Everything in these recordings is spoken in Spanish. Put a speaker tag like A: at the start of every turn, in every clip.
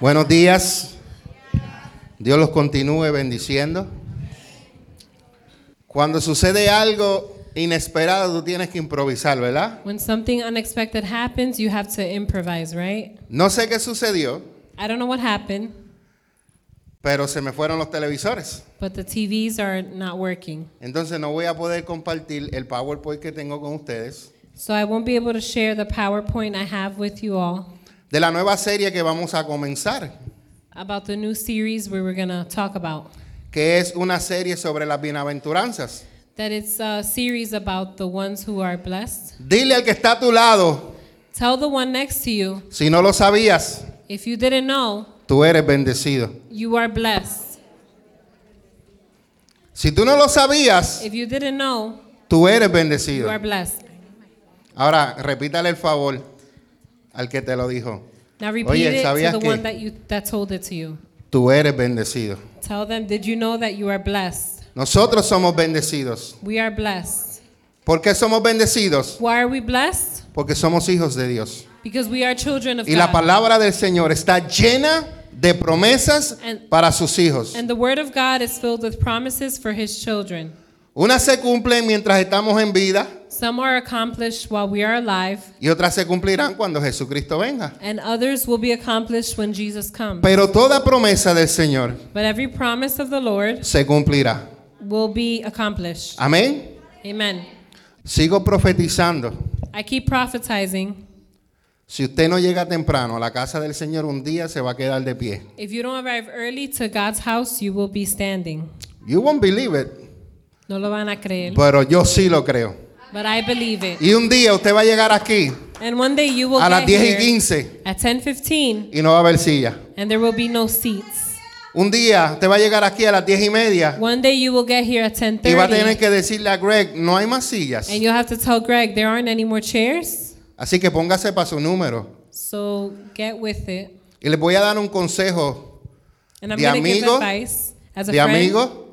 A: Buenos días. Dios los continúe bendiciendo. Cuando sucede algo inesperado, tú tienes que improvisar, ¿verdad?
B: When something unexpected happens, you have to improvise, right?
A: No sé qué sucedió,
B: I don't know what happened,
A: pero se me fueron los televisores.
B: but the TVs are not working.
A: Entonces no voy a poder compartir el PowerPoint que tengo con ustedes
B: So I won't be able to share the PowerPoint I have with you all
A: de la nueva serie que vamos a comenzar,
B: about the new series we were going to talk about.
A: que es una serie sobre las bienaventuranzas.
B: That it's a series about the ones who are blessed.
A: Dile al que está a tu lado,
B: Tell the one next to you,
A: si no lo sabías,
B: if you didn't know,
A: tú eres bendecido.
B: you are blessed.
A: Si tú no lo sabías,
B: If you didn't know,
A: tú eres
B: you
A: bendecido.
B: are blessed.
A: Ahora, repítale el favor al que te lo dijo.
B: Now repeat
A: Oye,
B: it to
A: ¿sabías
B: the
A: que?
B: one that you that told it to you.
A: Tú eres bendecido.
B: Tell them, did you know that you are blessed?
A: Nosotros somos bendecidos.
B: We are blessed.
A: ¿Por qué somos bendecidos?
B: Why are we blessed?
A: Porque somos hijos de Dios.
B: Because we are children of
A: Y la
B: God.
A: palabra del Señor está llena de promesas
B: And-
A: para sus hijos.
B: And the word of God is filled with promises for his children.
A: Unas se cumplen mientras estamos en vida
B: Some are accomplished while we are alive,
A: y otras se cumplirán cuando Jesucristo venga.
B: and others will be accomplished when Jesus comes.
A: Pero toda promesa del Señor
B: But every promise of the Lord
A: se cumplirá.
B: will be accomplished.
A: Amén.
B: Amen.
A: Sigo profetizando.
B: I keep prophetizing.
A: Si usted no llega temprano a la casa del Señor, un día se va a quedar de pie.
B: If you don't arrive early to God's house, you will be standing.
A: You won't believe it,
B: No lo van a creer.
A: pero yo sí lo creo.
B: But I believe it.
A: Y un día usted va a llegar aquí
B: And one day you will
A: a las
B: get
A: 10 y
B: here
A: 15
B: at 10:15
A: y no va a haber silla.
B: and there will be no seats.
A: Un día usted va a llegar aquí a las 10 y media
B: One day you will get here at
A: y va a tener
B: 10:30
A: que decirle a Greg, no hay más sillas.
B: and you'll have to tell Greg there aren't any more chairs.
A: Así que póngase para su número.
B: So get with it.
A: Y les voy a dar un consejo
B: And I'm
A: De
B: going to give
A: amigo,
B: advice as a
A: de
B: friend
A: amigo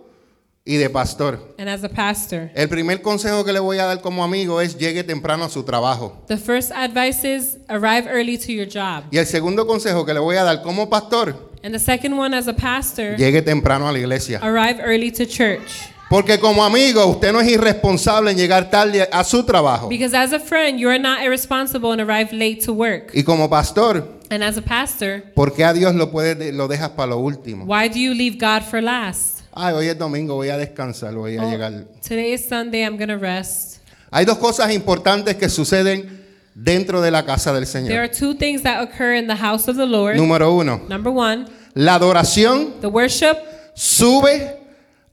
A: y de pastor.
B: and as a pastor.
A: El primer consejo que le voy a dar como amigo es llegue temprano a su trabajo.
B: The first advice is arrive early to your job.
A: Y el segundo consejo que le voy a dar como pastor,
B: And the second one as a pastor,
A: llegue temprano a la iglesia.
B: arrive early to church.
A: Porque como amigo, usted no es irresponsable en llegar tarde a su trabajo.
B: Because as a friend, you are not irresponsible and arrive late to work.
A: Y como pastor,
B: And as a pastor,
A: ¿por qué a Dios lo, puedes, lo dejas para lo último?
B: why do you leave God for last?
A: Ay, hoy es domingo, voy a descansar, voy a
B: Oh,
A: llegar.
B: Today is Sunday. I'm going to rest.
A: Hay dos cosas importantes que suceden dentro de la casa del
B: There
A: Señor.
B: are two things that occur in the house of the Lord.
A: Número uno,
B: Number one,
A: la adoración
B: the worship
A: sube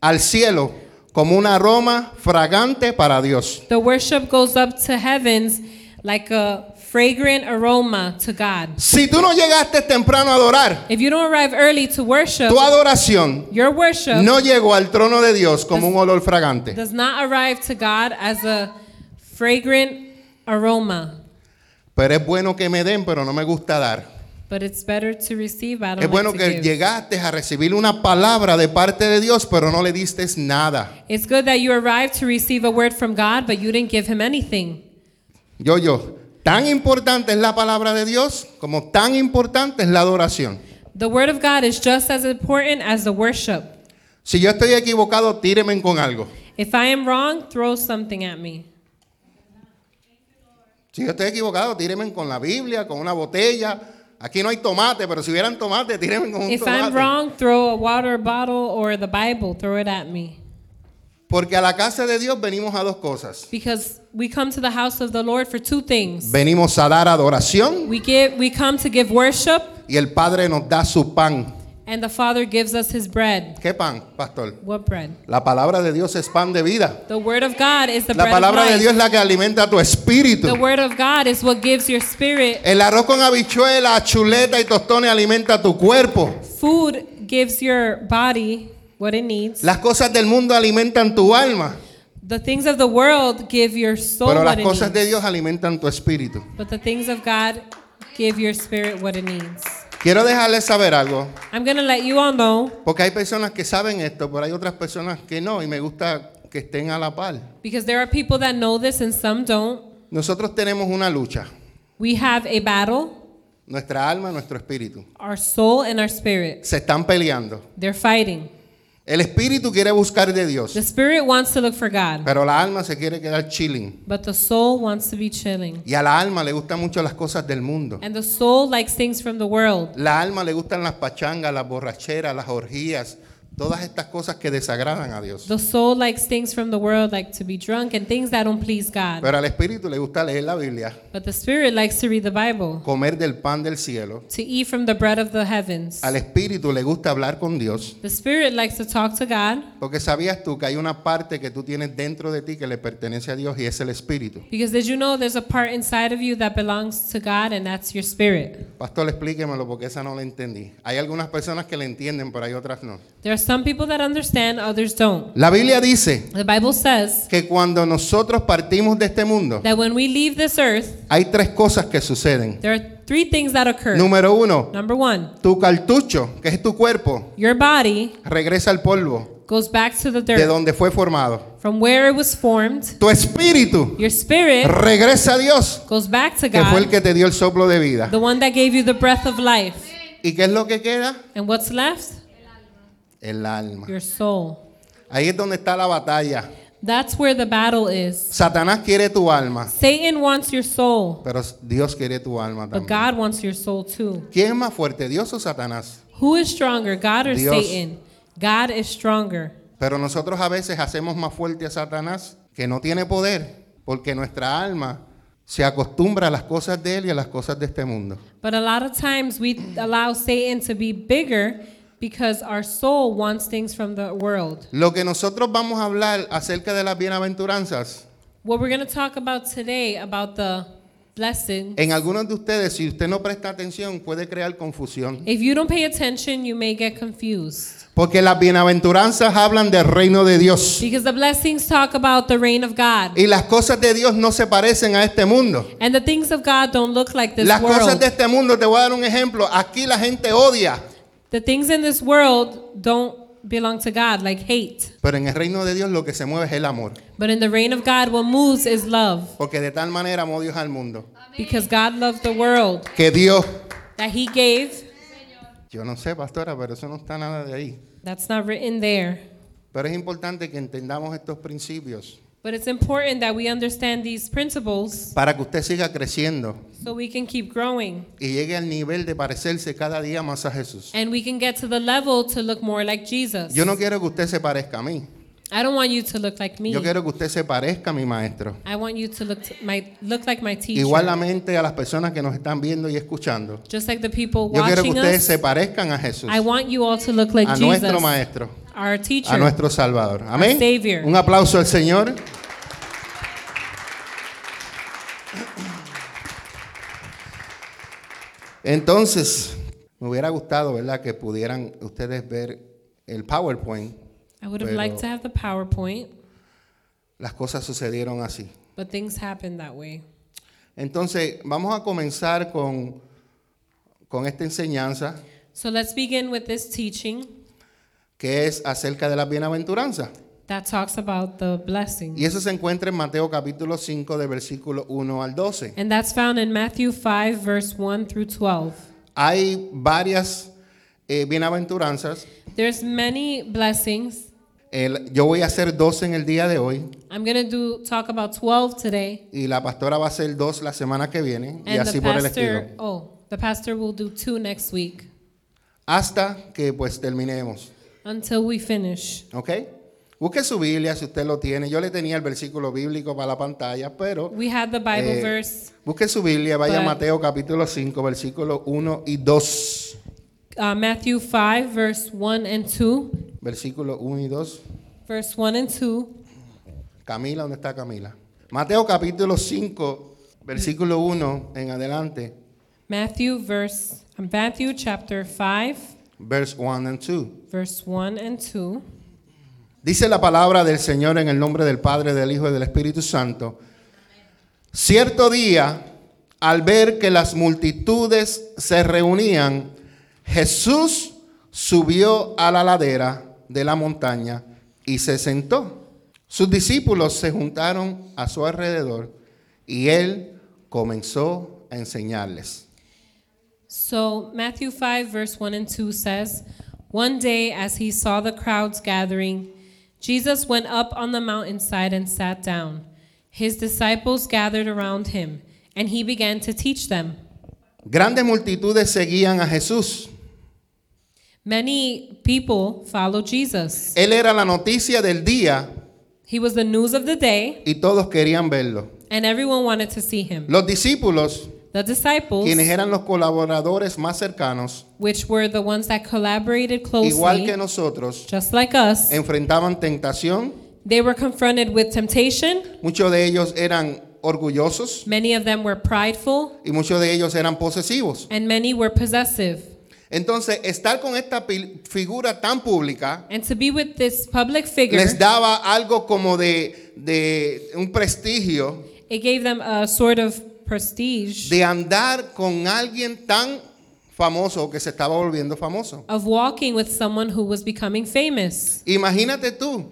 A: al cielo como un aroma fragante para Dios.
B: the worship goes up to heavens like a fragrant aroma to God.
A: Si tú no llegaste temprano a adorar,
B: If you don't arrive early to worship,
A: tu adoración
B: your worship
A: no llegó al trono de Dios como un olor fragante.
B: does not arrive to God as a fragrant aroma.
A: Pero es bueno que me den, pero no me gusta dar.
B: But it's better to receive. I don't
A: Es bueno
B: like to
A: que
B: give.
A: llegaste a recibir una palabra de parte de Dios, pero no le diste nada.
B: It's good that you arrived to receive a word from God, but you didn't give him anything.
A: Yo, yo, tan importante es la palabra de Dios como tan importante es la adoración.
B: The word of God is just as important as the worship.
A: Si yo estoy equivocado, tíreme con algo.
B: If I am wrong, throw something at me.
A: Si yo estoy equivocado, tíreme con la Biblia, con una botella. Aquí no hay tomate, pero si hubieran tomate, tíreme con un
B: If
A: tomate.
B: I'm wrong, throw a water bottle or the Bible, throw it at me.
A: Porque a la casa de Dios venimos a dos cosas.
B: Because we come to the house of the Lord for two things.
A: Venimos a dar adoración
B: We give we come to give worship
A: y el Padre nos da su pan.
B: and the Father gives us his bread.
A: ¿Qué pan, pastor?
B: What bread?
A: La palabra de Dios es pan de vida.
B: The word of God is the
A: La
B: bread of
A: palabra de
B: life.
A: Dios es la que alimenta tu espíritu.
B: The word of God is what gives your spirit.
A: El arroz con habichuela, chuleta y tostones alimenta tu cuerpo.
B: Food gives your body what it needs.
A: Las cosas del mundo alimentan tu alma,
B: The things of the world give your soul
A: pero las
B: what it
A: cosas de
B: needs.
A: Dios alimentan tu espíritu.
B: But the things of God give your spirit what it needs.
A: Quiero dejarles saber algo,
B: I'm going to let you all know
A: porque hay personas que saben esto, pero hay otras personas que no, y me gusta que estén a la par.
B: because there are people that know this and some don't.
A: Nosotros tenemos una lucha,
B: We have a battle,
A: nuestra alma, nuestro espíritu.
B: Our soul and our spirit.
A: Se están peleando.
B: They're fighting.
A: El espíritu quiere buscar de Dios,
B: The spirit wants to look for God,
A: pero la alma se quiere quedar chilling.
B: but the soul wants to be chilling.
A: Y a la alma le gustan mucho las cosas del mundo.
B: And the soul likes things from the world.
A: La alma le gustan las pachangas, las borracheras, las orgías, todas estas cosas que desagradan a Dios.
B: The soul likes things from the world, like to be drunk and things that don't please God.
A: Pero al espíritu le gusta leer la Biblia,
B: But the spirit likes to read the Bible,
A: comer del pan del cielo.
B: to eat from the bread of the heavens.
A: Al espíritu le gusta hablar con Dios.
B: The spirit likes to talk to God
A: Porque sabías tú que hay una parte que tú tienes dentro de ti que le pertenece a Dios y es el espíritu.
B: because did you know there's a part inside of you that belongs to God and that's your spirit?
A: Pastor, explíquemelo porque esa no la entendí. Hay algunas personas que la entienden, pero hay otras no.
B: There are some people that understand, others don't.
A: La Biblia dice
B: The Bible says
A: que cuando nosotros partimos de este mundo,
B: that when we leave this earth,
A: hay tres cosas que suceden.
B: there are three things that occur.
A: Número uno,
B: Number one,
A: tu cartucho, que es tu cuerpo,
B: your body
A: regresa al polvo
B: goes back to the
A: de
B: dirt
A: donde fue formado.
B: from where it was formed.
A: Tu espíritu
B: Your spirit
A: regresa a Dios,
B: goes back to
A: que fue el
B: God,
A: que te dio el soplo de vida.
B: the one that gave you the breath of life.
A: ¿Y qué es lo que queda?
B: And what's left?
A: El alma.
B: Your soul.
A: Ahí es donde está la batalla.
B: That's where the battle is.
A: Satanás quiere tu alma,
B: Satan wants your soul,
A: pero Dios quiere tu alma también.
B: but God wants your soul too.
A: ¿Quién es más fuerte, Dios o Satanás?
B: Who is stronger, God or
A: Dios.
B: Satan? God is stronger.
A: Pero nosotros a veces hacemos más fuerte a Satanás, que no tiene poder, porque nuestra alma se acostumbra a las cosas de él y a las cosas de este mundo.
B: But a lot of times we allow Satan to be bigger because our soul wants things from the world.
A: Lo que nosotros vamos a hablar acerca de las bienaventuranzas,
B: What we're going to talk about today about the blessing.
A: en algunos de ustedes, si usted no presta atención, puede crear confusión.
B: If you don't pay attention, you may get confused
A: Porque las bienaventuranzas hablan del reino de Dios.
B: because the blessings talk about the reign of God.
A: Y las cosas de Dios no se parecen a este mundo.
B: And the things of God don't look like this
A: Las cosas
B: world.
A: de este mundo, te voy a dar un ejemplo. Aquí la gente odia,
B: the things in this world don't belong to God, like hate.
A: pero en el reino de Dios lo que se mueve es el amor.
B: But in the reign of God, what moves is love
A: Porque de tal manera amó Dios al mundo.
B: because God loved the world
A: Que Dios,
B: that He gave.
A: yo no sé, pastora, pero eso no está nada de ahí.
B: That's not written there.
A: Pero es importante que entendamos estos principios
B: But it's important that we understand these principles
A: para que usted siga creciendo
B: so we can keep growing
A: y llegue al nivel de parecerse cada día más a Jesús.
B: and we can get to the level to look more like Jesus.
A: Yo no quiero que usted se parezca a mí.
B: I don't want you to look like me.
A: Yo quiero que usted se parezca a mi maestro.
B: I want you to look t- my look like my teacher.
A: Igualmente a las personas que nos están viendo y escuchando.
B: Just like the people
A: Yo quiero que
B: watching
A: ustedes
B: us,
A: se parezcan a Jesús,
B: I want you all to look like
A: a nuestro
B: Jesus,
A: maestro,
B: our teacher.
A: a nuestro Salvador. Amén.
B: Savior.
A: Un aplauso al Señor. Entonces, me hubiera gustado, ¿verdad?, que pudieran ustedes ver el PowerPoint.
B: I would have
A: Pero-
B: liked to have the PowerPoint,
A: Las cosas sucedieron así.
B: but things happened that way.
A: Entonces, vamos a comenzar con, con esta enseñanza
B: So let's begin with this teaching
A: que es acerca de las bienaventuranzas.
B: that talks about the blessing.
A: Y eso se encuentra en Mateo capítulo 5 de versículo 1 al 12.
B: And that's found in Matthew 5 verse 1 through 12.
A: Hay varias eh, bienaventuranzas.
B: There's many blessings.
A: El- yo voy a hacer dos en el día de hoy
B: I'm going to do talk about 12 today
A: y la pastora va a hacer dos la semana que viene y
B: and
A: así
B: the
A: por el estilo.
B: pastor oh, the pastor will do two next week
A: Hasta que pues terminemos.
B: until we finish.
A: ¿Ok? Busque su Biblia si usted lo tiene. Yo le tenía el versículo bíblico para la pantalla, pero
B: We had the Bible
A: eh,
B: verse
A: busque su Biblia, vaya a
B: But-
A: Mateo capítulo 5, versículo 1 y 2.
B: uh, Matthew 5 verse 1 and 2.
A: Versículo 1 y 2.
B: Verse 1 and 2.
A: Camila, ¿dónde está Camila? Mateo capítulo 5, versículo 1 en adelante,
B: Matthew verse Matthew chapter 5
A: verse 1 and 2.
B: verse 1 and 2.
A: Dice la palabra del Señor en el nombre del Padre, del Hijo y del Espíritu Santo. Cierto día, al ver que las multitudes se reunían, Jesús subió a la ladera de la montaña y se sentó. Sus discípulos se juntaron a su alrededor y él comenzó a enseñarles.
B: So Matthew 5, verse 1 and 2 says, One day, as he saw the crowds gathering, Jesus went up on the mountainside and sat down. His disciples gathered around him, and he began to teach them.
A: Grandes multitudes seguían a Jesús.
B: Many people followed Jesus.
A: Él era la noticia del día
B: He was the news of the day,
A: y todos querían verlo.
B: and everyone wanted to see him.
A: Los discípulos,
B: The disciples,
A: quienes eran los colaboradores más cercanos,
B: which were the ones that collaborated
A: igual que
B: closely,
A: nosotros,
B: just like us,
A: enfrentaban tentación.
B: they were confronted with temptation.
A: Muchos de ellos eran orgullosos
B: Many of them were prideful,
A: y muchos de ellos eran posesivos.
B: and many were possessive.
A: Entonces, estar con esta pil- figura tan pública
B: And to be with this public figure,
A: les daba algo como de, de un prestigio
B: it gave them a sort of prestige
A: de andar con alguien tan famoso o que se estaba volviendo famoso.
B: of walking with someone who was becoming famous.
A: Imagínate tú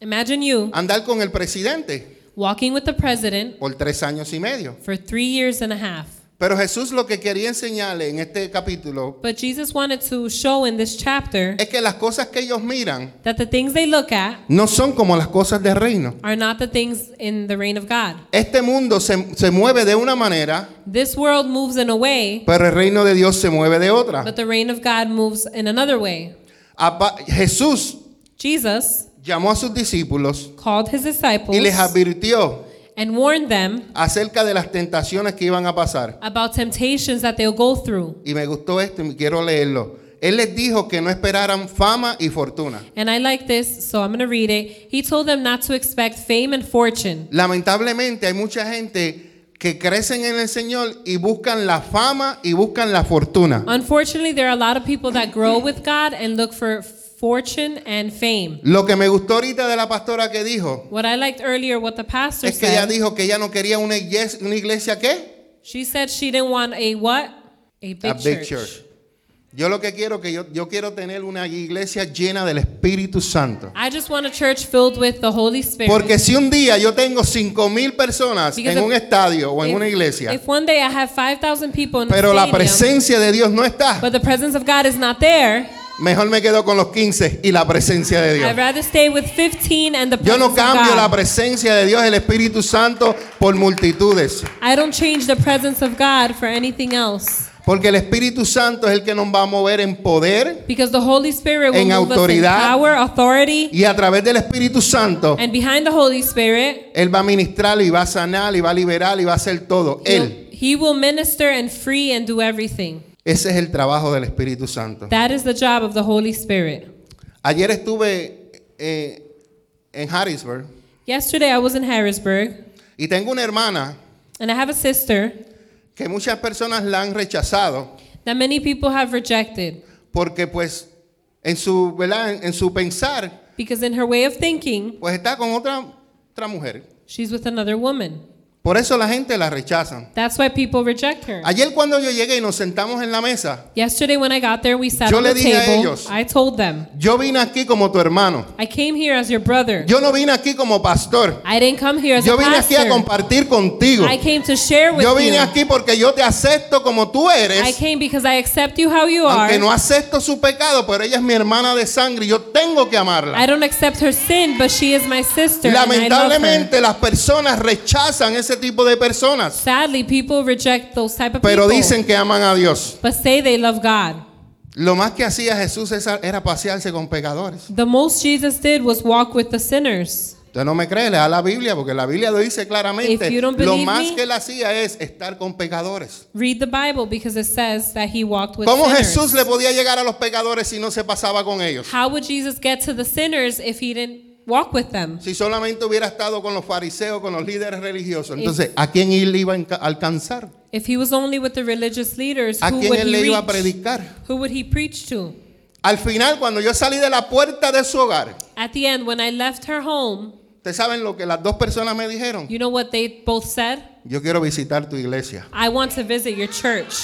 B: Imagine you
A: andar con el presidente
B: walking with the president
A: por tres años y medio.
B: for three years and a half.
A: Pero Jesús lo que quería enseñarle en este capítulo
B: But Jesus wanted to show in this chapter
A: es que las cosas que ellos miran
B: that the things they look at
A: no son como las cosas del reino.
B: are not the things in the reign of God.
A: Este mundo se, se mueve de una manera,
B: This world moves in a way,
A: pero el reino de Dios se mueve de otra.
B: but the reign of God moves in another way.
A: Apa- Jesús
B: Jesus
A: llamó a sus discípulos
B: called his disciples
A: y les advirtió
B: and warned them
A: acerca de las tentaciones que iban a pasar.
B: about temptations that they'll go through.
A: Y me gustó esto y quiero leerlo. Él les dijo que no esperaran fama y fortuna.
B: And I like this, so I'm going to read it. He told them not to expect fame and fortune.
A: Lamentablemente hay mucha gente que crecen en el Señor y buscan la fama y buscan la fortuna.
B: Unfortunately, there are a lot of people that grow with God and look for fortune and fame.
A: Lo que me gustó ahorita de la pastora que dijo
B: What I liked earlier, what the pastor
A: es que ella
B: said,
A: dijo que ella no quería una iglesia, una iglesia ¿qué?
B: she said she didn't want a what? A big,
A: A big church. Yo lo que quiero que yo, yo quiero tener una iglesia llena del Espíritu Santo.
B: I just want a church filled with the Holy Spirit.
A: Porque si un día yo tengo cinco mil personas
B: Because
A: en
B: if-
A: un estadio o en una iglesia,
B: If one day I have 5,000 people in the
A: pero la
B: stadium,
A: presencia de Dios no está,
B: but the presence of God is not there,
A: Mejor me quedo con los 15 y la presencia de Dios.
B: I'd rather stay with 15 and the
A: Yo
B: presence
A: no cambio
B: of
A: la
B: God.
A: presencia de Dios, el Espíritu Santo, por multitudes.
B: I don't change the presence of God for anything else
A: Porque el Espíritu Santo es el que nos va a mover en poder
B: because the Holy Spirit will
A: En
B: move us in
A: autoridad.
B: power, authority,
A: y a través del Espíritu Santo,
B: and behind the Holy Spirit,
A: Él va a ministrar y va a sanar y va a liberar y va a hacer todo.
B: he'll-
A: Él.
B: he will minister and free and do everything.
A: Ese es el trabajo del Espíritu Santo.
B: That is the job of the Holy Spirit.
A: Ayer estuve eh, en Harrisburg
B: Yesterday I was in Harrisburg
A: y tengo una hermana
B: and I have a sister
A: que muchas personas la han rechazado
B: that many people have rejected
A: porque pues en su, ¿verdad? En- en su pensar
B: because in her way of thinking,
A: pues está con otra, otra mujer.
B: She's with another woman.
A: Por eso la gente la rechaza.
B: That's why people reject her.
A: Ayer cuando yo llegué y nos sentamos en la mesa,
B: Yesterday when I got there, we sat
A: Yo
B: on
A: le
B: the
A: dije a
B: table.
A: ellos.
B: I told them,
A: yo vine aquí como tu hermano.
B: I came here as your brother.
A: Yo no vine aquí como pastor.
B: I didn't come here as
A: Yo
B: a
A: vine aquí a
B: pastor.
A: compartir contigo.
B: I came to share with
A: Yo
B: you.
A: vine aquí porque yo te acepto como tú
B: I
A: eres.
B: came because I accept you how you are.
A: Aunque no acepto su pecado, pero ella es mi hermana de sangre y yo tengo que
B: I
A: amarla.
B: don't accept her sin, but she is my sister. and I love her.
A: Lamentablemente las personas rechazan ese tipo de personas,
B: Sadly, people reject those type of
A: pero
B: people.
A: dicen que aman a Dios.
B: but say they love God.
A: Lo más que hacía Jesús esa- era pasearse con pecadores.
B: The most Jesus did was walk with the sinners.
A: Usted no me cree, lea la Biblia, porque la Biblia lo dice claramente.
B: If you don't
A: Lo
B: believe
A: más
B: me-
A: que él hacía es estar con pecadores.
B: Read the Bible because it says that he walked with
A: ¿Cómo
B: sinners.
A: Jesús le podía llegar a los pecadores si no se pasaba con ellos?
B: How would Jesus get to the sinners if he didn't walk with them?
A: Si solamente hubiera estado con los fariseos, con los líderes religiosos. Entonces, ¿a quién él iba a enca- alcanzar?
B: If he was only with the religious leaders,
A: ¿A
B: who
A: quién
B: would
A: él
B: he
A: le iba a
B: reach?
A: predicar?
B: Who would he preach to?
A: Al final, cuando yo salí de la puerta de su hogar,
B: At the end, when I left her home,
A: ¿ustedes saben lo que las dos personas me dijeron?
B: you know what they both said?
A: Yo quiero visitar tu iglesia.
B: I want to visit your church.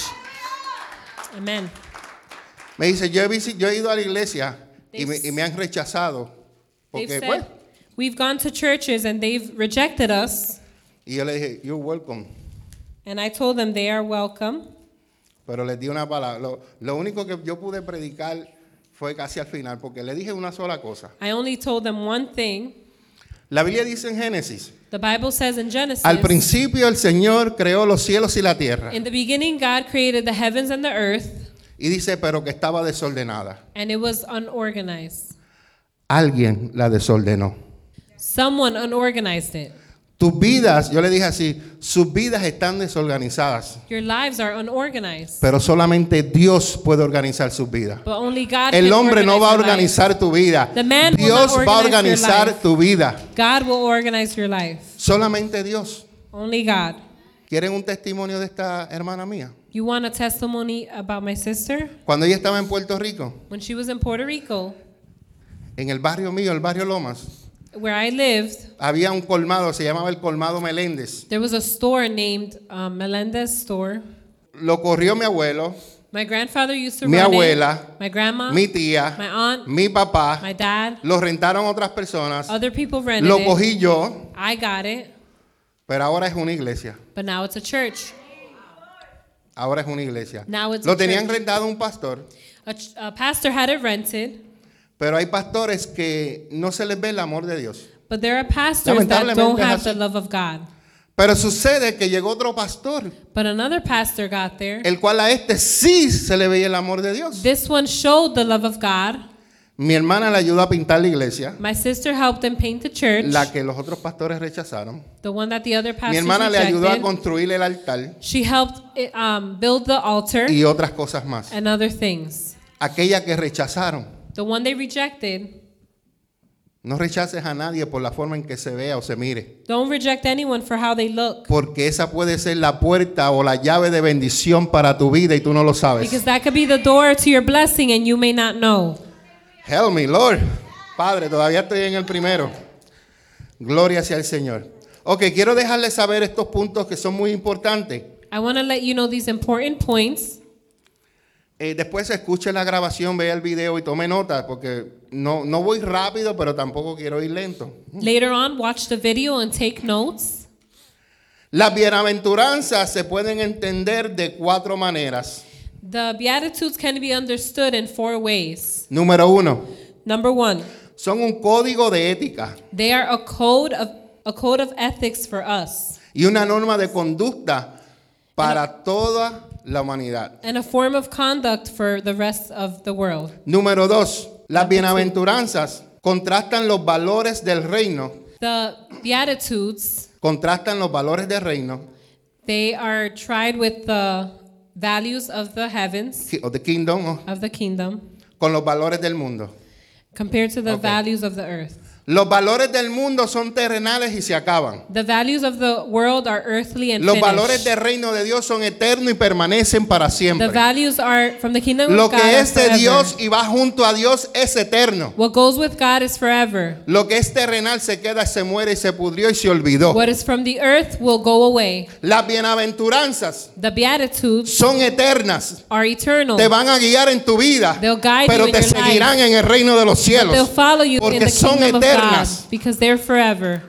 B: Amen.
A: Me dice, yo he, visi- yo he ido a la iglesia y me, y me han rechazado.
B: They've
A: Porque, pues,
B: said,
A: bueno,
B: We've gone to churches and they've rejected us.
A: y yo le dije, you're welcome.
B: And I told them they are welcome.
A: pero les di una palabra. Lo, lo único que yo pude predicar fue casi al final, porque le dije una sola cosa.
B: I only told them one thing.
A: La Biblia dice en Génesis,
B: The Bible says in Genesis,
A: al principio el Señor creó los cielos y la tierra.
B: in the beginning, God created the heavens and the earth,
A: Y dice, pero que estaba desordenada.
B: and it was unorganized.
A: Alguien la desordenó.
B: Someone unorganized it.
A: Tus vidas, yo le dije así, sus vidas están desorganizadas,
B: Your lives are unorganized,
A: pero solamente Dios puede organizar sus vidas.
B: but only God
A: El
B: can
A: hombre no va a
B: organize
A: organizar tu vida.
B: The man will
A: Dios
B: not
A: va a
B: organize your
A: organizar
B: life.
A: tu vida.
B: your life. God will organize your life.
A: Solamente Dios.
B: Only God.
A: ¿Quieren un testimonio de esta hermana mía?
B: You want a testimony about my sister?
A: Cuando ella estaba en Puerto Rico,
B: When she was in Puerto Rico,
A: en el barrio mío, el barrio Lomas,
B: where I lived,
A: había un colmado, se llamaba el Colmado Meléndez.
B: there was a store named um, Melendez Store.
A: Lo corrió mi abuelo,
B: My grandfather used to
A: Mi
B: run
A: abuela,
B: it. My grandma,
A: mi tía,
B: my aunt,
A: mi papá,
B: my dad,
A: lo rentaron otras personas,
B: other people rented
A: lo
B: it.
A: cogí yo,
B: I got it,
A: pero ahora es una iglesia.
B: but now it's a church.
A: Ahora es una iglesia.
B: Now it's
A: Lo
B: a
A: tenían
B: church.
A: rentado a un pastor,
B: A, ch- a pastor had it rented,
A: pero hay pastores que no se les ve el amor de Dios.
B: but there are pastors that
A: Lamentablemente
B: don't
A: es
B: have
A: así.
B: the love of God.
A: Pero sucede que llegó otro pastor,
B: But another pastor got there.
A: el cual a este sí se le veía el amor de Dios.
B: This one showed the love of God.
A: Mi hermana le ayudó a pintar la iglesia,
B: My sister helped him paint the church,
A: la que los otros pastores rechazaron.
B: the one that the other
A: Mi
B: pastor
A: hermana le ayudó a
B: rejected.
A: construir el altar
B: She helped eh, um, build the altar
A: y otras cosas más.
B: and other things.
A: Aquella que rechazaron.
B: The one they rejected,
A: No rechaces a nadie por la forma en que se vea o se mire,
B: don't reject anyone for how they look,
A: porque esa puede ser la puerta o la llave de bendición para tu vida y tú no lo
B: because
A: sabes.
B: that could be the door to your blessing and you may not know.
A: Help me, Lord. Padre, todavía estoy en el primero. Gloria sea el Señor. Ok, quiero dejarles saber estos puntos que son muy importantes.
B: I want to let you know these important points.
A: Eh, después escuche la grabación, vea el video y tome notas, porque no, no voy rápido, pero tampoco quiero ir lento.
B: Later on, watch the video and take notes.
A: Las bienaventuranzas se pueden entender de cuatro maneras.
B: The Beatitudes can be understood in four ways.
A: Número uno,
B: Number one,
A: son un código de ética
B: they are a code of a code of ethics for us
A: y una norma de conducta para toda la humanidad.
B: and a form of conduct for the rest of the world.
A: Número dos, las bienaventuranzas contrastan los valores del reino,
B: The Beatitudes,
A: contrastan los valores del reino,
B: they are tried with the values of the heavens,
A: o the kingdom, o-
B: of the kingdom,
A: con los valores del mundo.
B: compared to the
A: Okay.
B: values of the earth.
A: Los valores del mundo son terrenales y se acaban.
B: The values of the world are earthly and
A: Los
B: finished.
A: valores del reino de Dios son eternos y permanecen para
B: the
A: siempre.
B: values are from the kingdom
A: Lo
B: of God.
A: que
B: are
A: es de
B: forever.
A: Dios y va junto a Dios es eterno.
B: What goes with God is forever.
A: Lo que es terrenal se queda, se muere y se pudrió y se olvidó.
B: What is from the earth will go away.
A: Las bienaventuranzas
B: The Beatitudes
A: son eternas.
B: are eternal.
A: Te van a guiar en tu vida,
B: They'll guide you
A: pero
B: in
A: te
B: your life.
A: seguirán en el reino de los
B: They'll
A: cielos.
B: follow you in
A: Porque
B: the
A: son
B: kingdom of
A: eternas.
B: God because they're forever.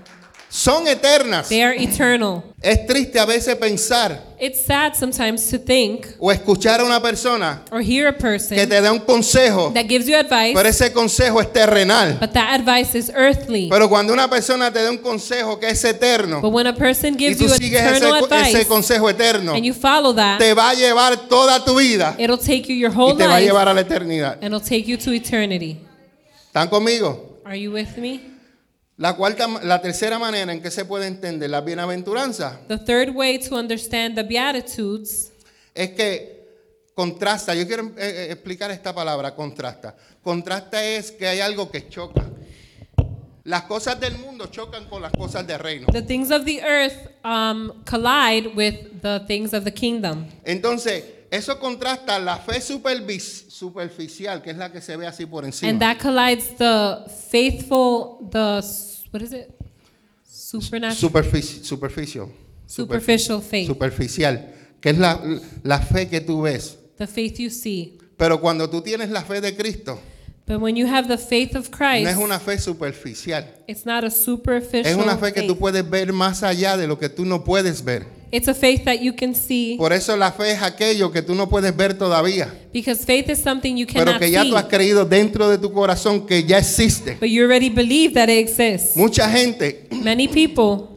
A: Son eternas.
B: They are eternal.
A: Es triste a veces pensar
B: It's sad sometimes to think
A: o escuchar a una persona
B: or hear a
A: que
B: person
A: te da un consejo,
B: that gives you advice,
A: pero ese consejo es terrenal.
B: but that advice is earthly.
A: Pero cuando una persona te da un consejo que es eterno
B: But when a person
A: y
B: gives
A: tú
B: you
A: sigues ese,
B: eternal
A: ese
B: advice
A: consejo eterno,
B: and you follow that,
A: te va a llevar toda tu vida y
B: it'll take you your whole
A: te va a
B: life
A: llevar a la eternidad.
B: and it'll take you to eternity.
A: ¿Están conmigo?
B: Are you with me?
A: La cuarta, la tercera manera en que se puede entender las bienaventuranzas
B: The third way to understand the Beatitudes,
A: es que contrasta. Yo quiero eh, eh, explicar esta palabra, contrasta. Contrasta es que hay algo que choca. Las cosas del mundo chocan con las cosas del reino.
B: the things of the earth um, collide with the things of the kingdom.
A: Entonces, eso contrasta la fe supervis- superficial, que es la que se ve así por
B: And
A: encima.
B: that collides the faithful, the, s- what is it? Supernatural,
A: Superfici- superficio. Super-
B: superficial faith.
A: superficial, que es la, la fe que tú ves.
B: the faith you see.
A: Pero cuando tú tienes la fe de Cristo,
B: But when you have the faith of
A: no
B: Christ,
A: es una fe superficial.
B: it's not a superficial
A: Es una fe que
B: faith.
A: tú puedes ver más allá de lo que tú no puedes ver.
B: It's a faith that you can see
A: Por eso la fe es aquello que tú no puedes ver todavía,
B: because faith is something you
A: pero
B: cannot
A: que ya tú has
B: see,
A: creído dentro de tu corazón que ya existe.
B: but you already believe that it exists.
A: Mucha gente,
B: Many people,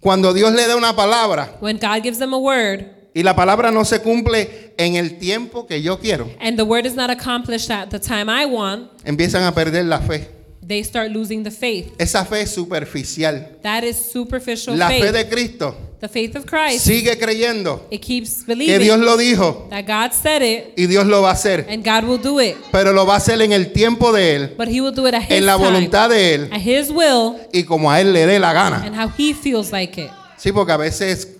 A: cuando Dios le da una palabra
B: when God gives them a word
A: y la palabra no se cumple en el tiempo que yo quiero,
B: and the word is not accomplished at the time I want,
A: empiezan a perder la fe.
B: they start losing the faith.
A: Esa fe es superficial.
B: That is superficial
A: La fe
B: faith.
A: de Cristo
B: the faith of Christ,
A: sigue creyendo
B: it keeps
A: que Dios
B: believing
A: lo dijo
B: that God said it
A: y Dios lo va a hacer,
B: and God will do it,
A: pero lo va a hacer en el tiempo de Él,
B: but He will do it at His
A: en la
B: time,
A: voluntad de Él
B: at His will,
A: y como a Él le dé la gana.
B: and how He feels like it.
A: Sí, porque a veces,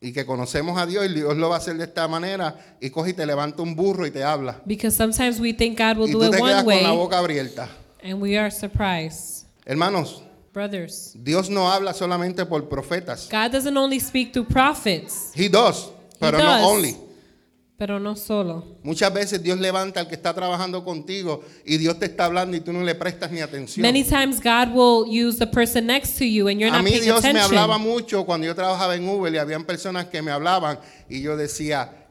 A: y que conocemos a Dios, y Dios lo va a hacer de esta manera, y coge y te levanta un burro y te habla.
B: Because sometimes we think God will
A: y
B: do
A: tú
B: it
A: te quedas
B: one
A: con la
B: way,
A: boca abierta.
B: and we are surprised.
A: Hermanos,
B: Brothers,
A: Dios no habla solamente por profetas.
B: God doesn't only speak through prophets,
A: He does, pero
B: does.
A: no only.
B: pero no solo.
A: Muchas veces Dios levanta al que está trabajando contigo y Dios te está hablando y tú no le prestas ni atención.
B: Many times God will use the person next to you and you're
A: a
B: not
A: mí
B: paying
A: Dios me hablaba
B: attention.
A: mucho cuando yo trabajaba en Uber y habían personas que me hablaban y yo decía,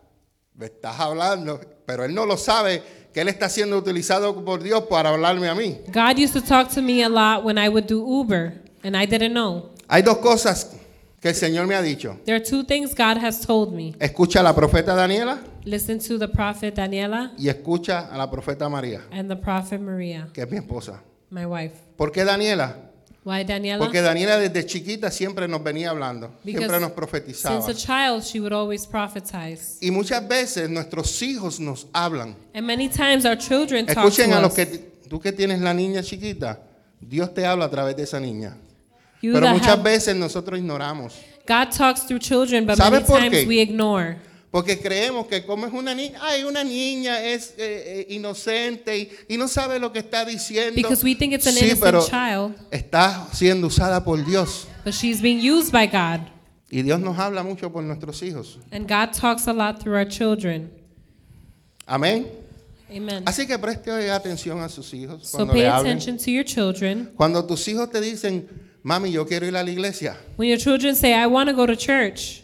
A: me estás hablando, pero él no lo sabe que él está siendo utilizado por Dios para hablarme a mí.
B: God used to talk to me a lot when I would do Uber, and I didn't know.
A: Hay dos cosas que el Señor me ha dicho.
B: There are two things God has told me.
A: Escucha a la profeta Daniela
B: Listen to the prophet Daniela
A: y escucha a la profeta María,
B: and the prophet Maria,
A: que es mi esposa.
B: my wife.
A: ¿Por qué Daniela?
B: Why Daniela?
A: Porque Daniela desde chiquita siempre nos venía hablando, siempre
B: Because
A: nos profetizaba.
B: Since a child, she would always prophesize.
A: Y muchas veces nuestros hijos nos hablan.
B: And many times our children talk
A: Escuchen
B: to
A: a los
B: us.
A: que tú que tienes la niña chiquita, Dios te habla a través de esa niña.
B: You
A: Pero
B: that
A: muchas
B: have-
A: veces nosotros ignoramos,
B: God talks through children, but
A: ¿Sabe
B: many
A: por
B: times
A: qué?
B: we ignore.
A: porque creemos que como es una niña, ay, una niña es eh, eh, inocente y, y no sabe lo que está diciendo.
B: Because we think it's an
A: sí,
B: innocent
A: pero
B: child.
A: está siendo usada por Dios
B: But she's being used by God.
A: y Dios nos habla mucho por nuestros hijos.
B: And God talks a lot through our children.
A: Amén.
B: Amen.
A: Así que preste atención a sus hijos
B: So
A: cuando
B: pay
A: le hablen.
B: attention to your children.
A: Cuando tus hijos te dicen, mami, yo quiero ir a la iglesia.
B: When your children say, I want to go to church,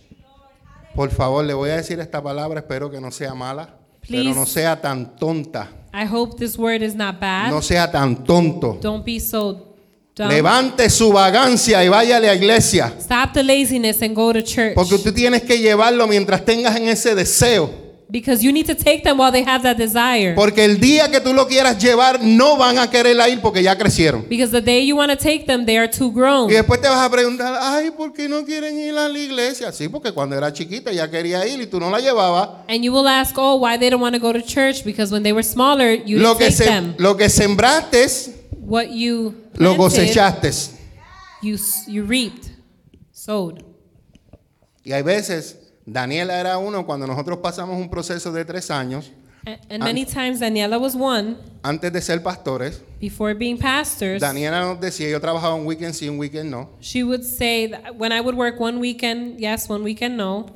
A: Por favor, le voy a decir esta palabra, espero que no sea mala, pero
B: Please.
A: no sea tan tonta,
B: I hope this word is not bad.
A: no sea tan tonto.
B: Don't be so dumb.
A: Levante su vagancia y vaya a la iglesia,
B: Stop the laziness and go to church.
A: porque tú tienes que llevarlo mientras tengas en ese deseo,
B: Because you need to take them while they have that desire.
A: porque el día que tú lo quieras llevar no van a querer ir porque ya crecieron.
B: Because the day you want to take them, they are too
A: Y
B: grown.
A: después te vas a preguntar, ay, ¿por qué no quieren ir a la iglesia? Sí, porque cuando era chiquita ya quería ir y tú no la llevabas.
B: And you will ask, oh, why they don't want to go to church? Because when they were smaller, you
A: Lo
B: didn't
A: que,
B: take
A: se-
B: them.
A: lo que sembraste,
B: What you
A: lo
B: planted,
A: cosechaste.
B: you s- you reaped, sowed.
A: Y hay veces, Daniela era uno, cuando nosotros pasamos un proceso de tres años,
B: A- And many times Daniela was one
A: antes de ser pastores,
B: before being pastors.
A: Daniela nos decía, yo trabajaba un weekend sí, un weekend no.
B: She would say that when I would work one weekend, yes, one weekend, no.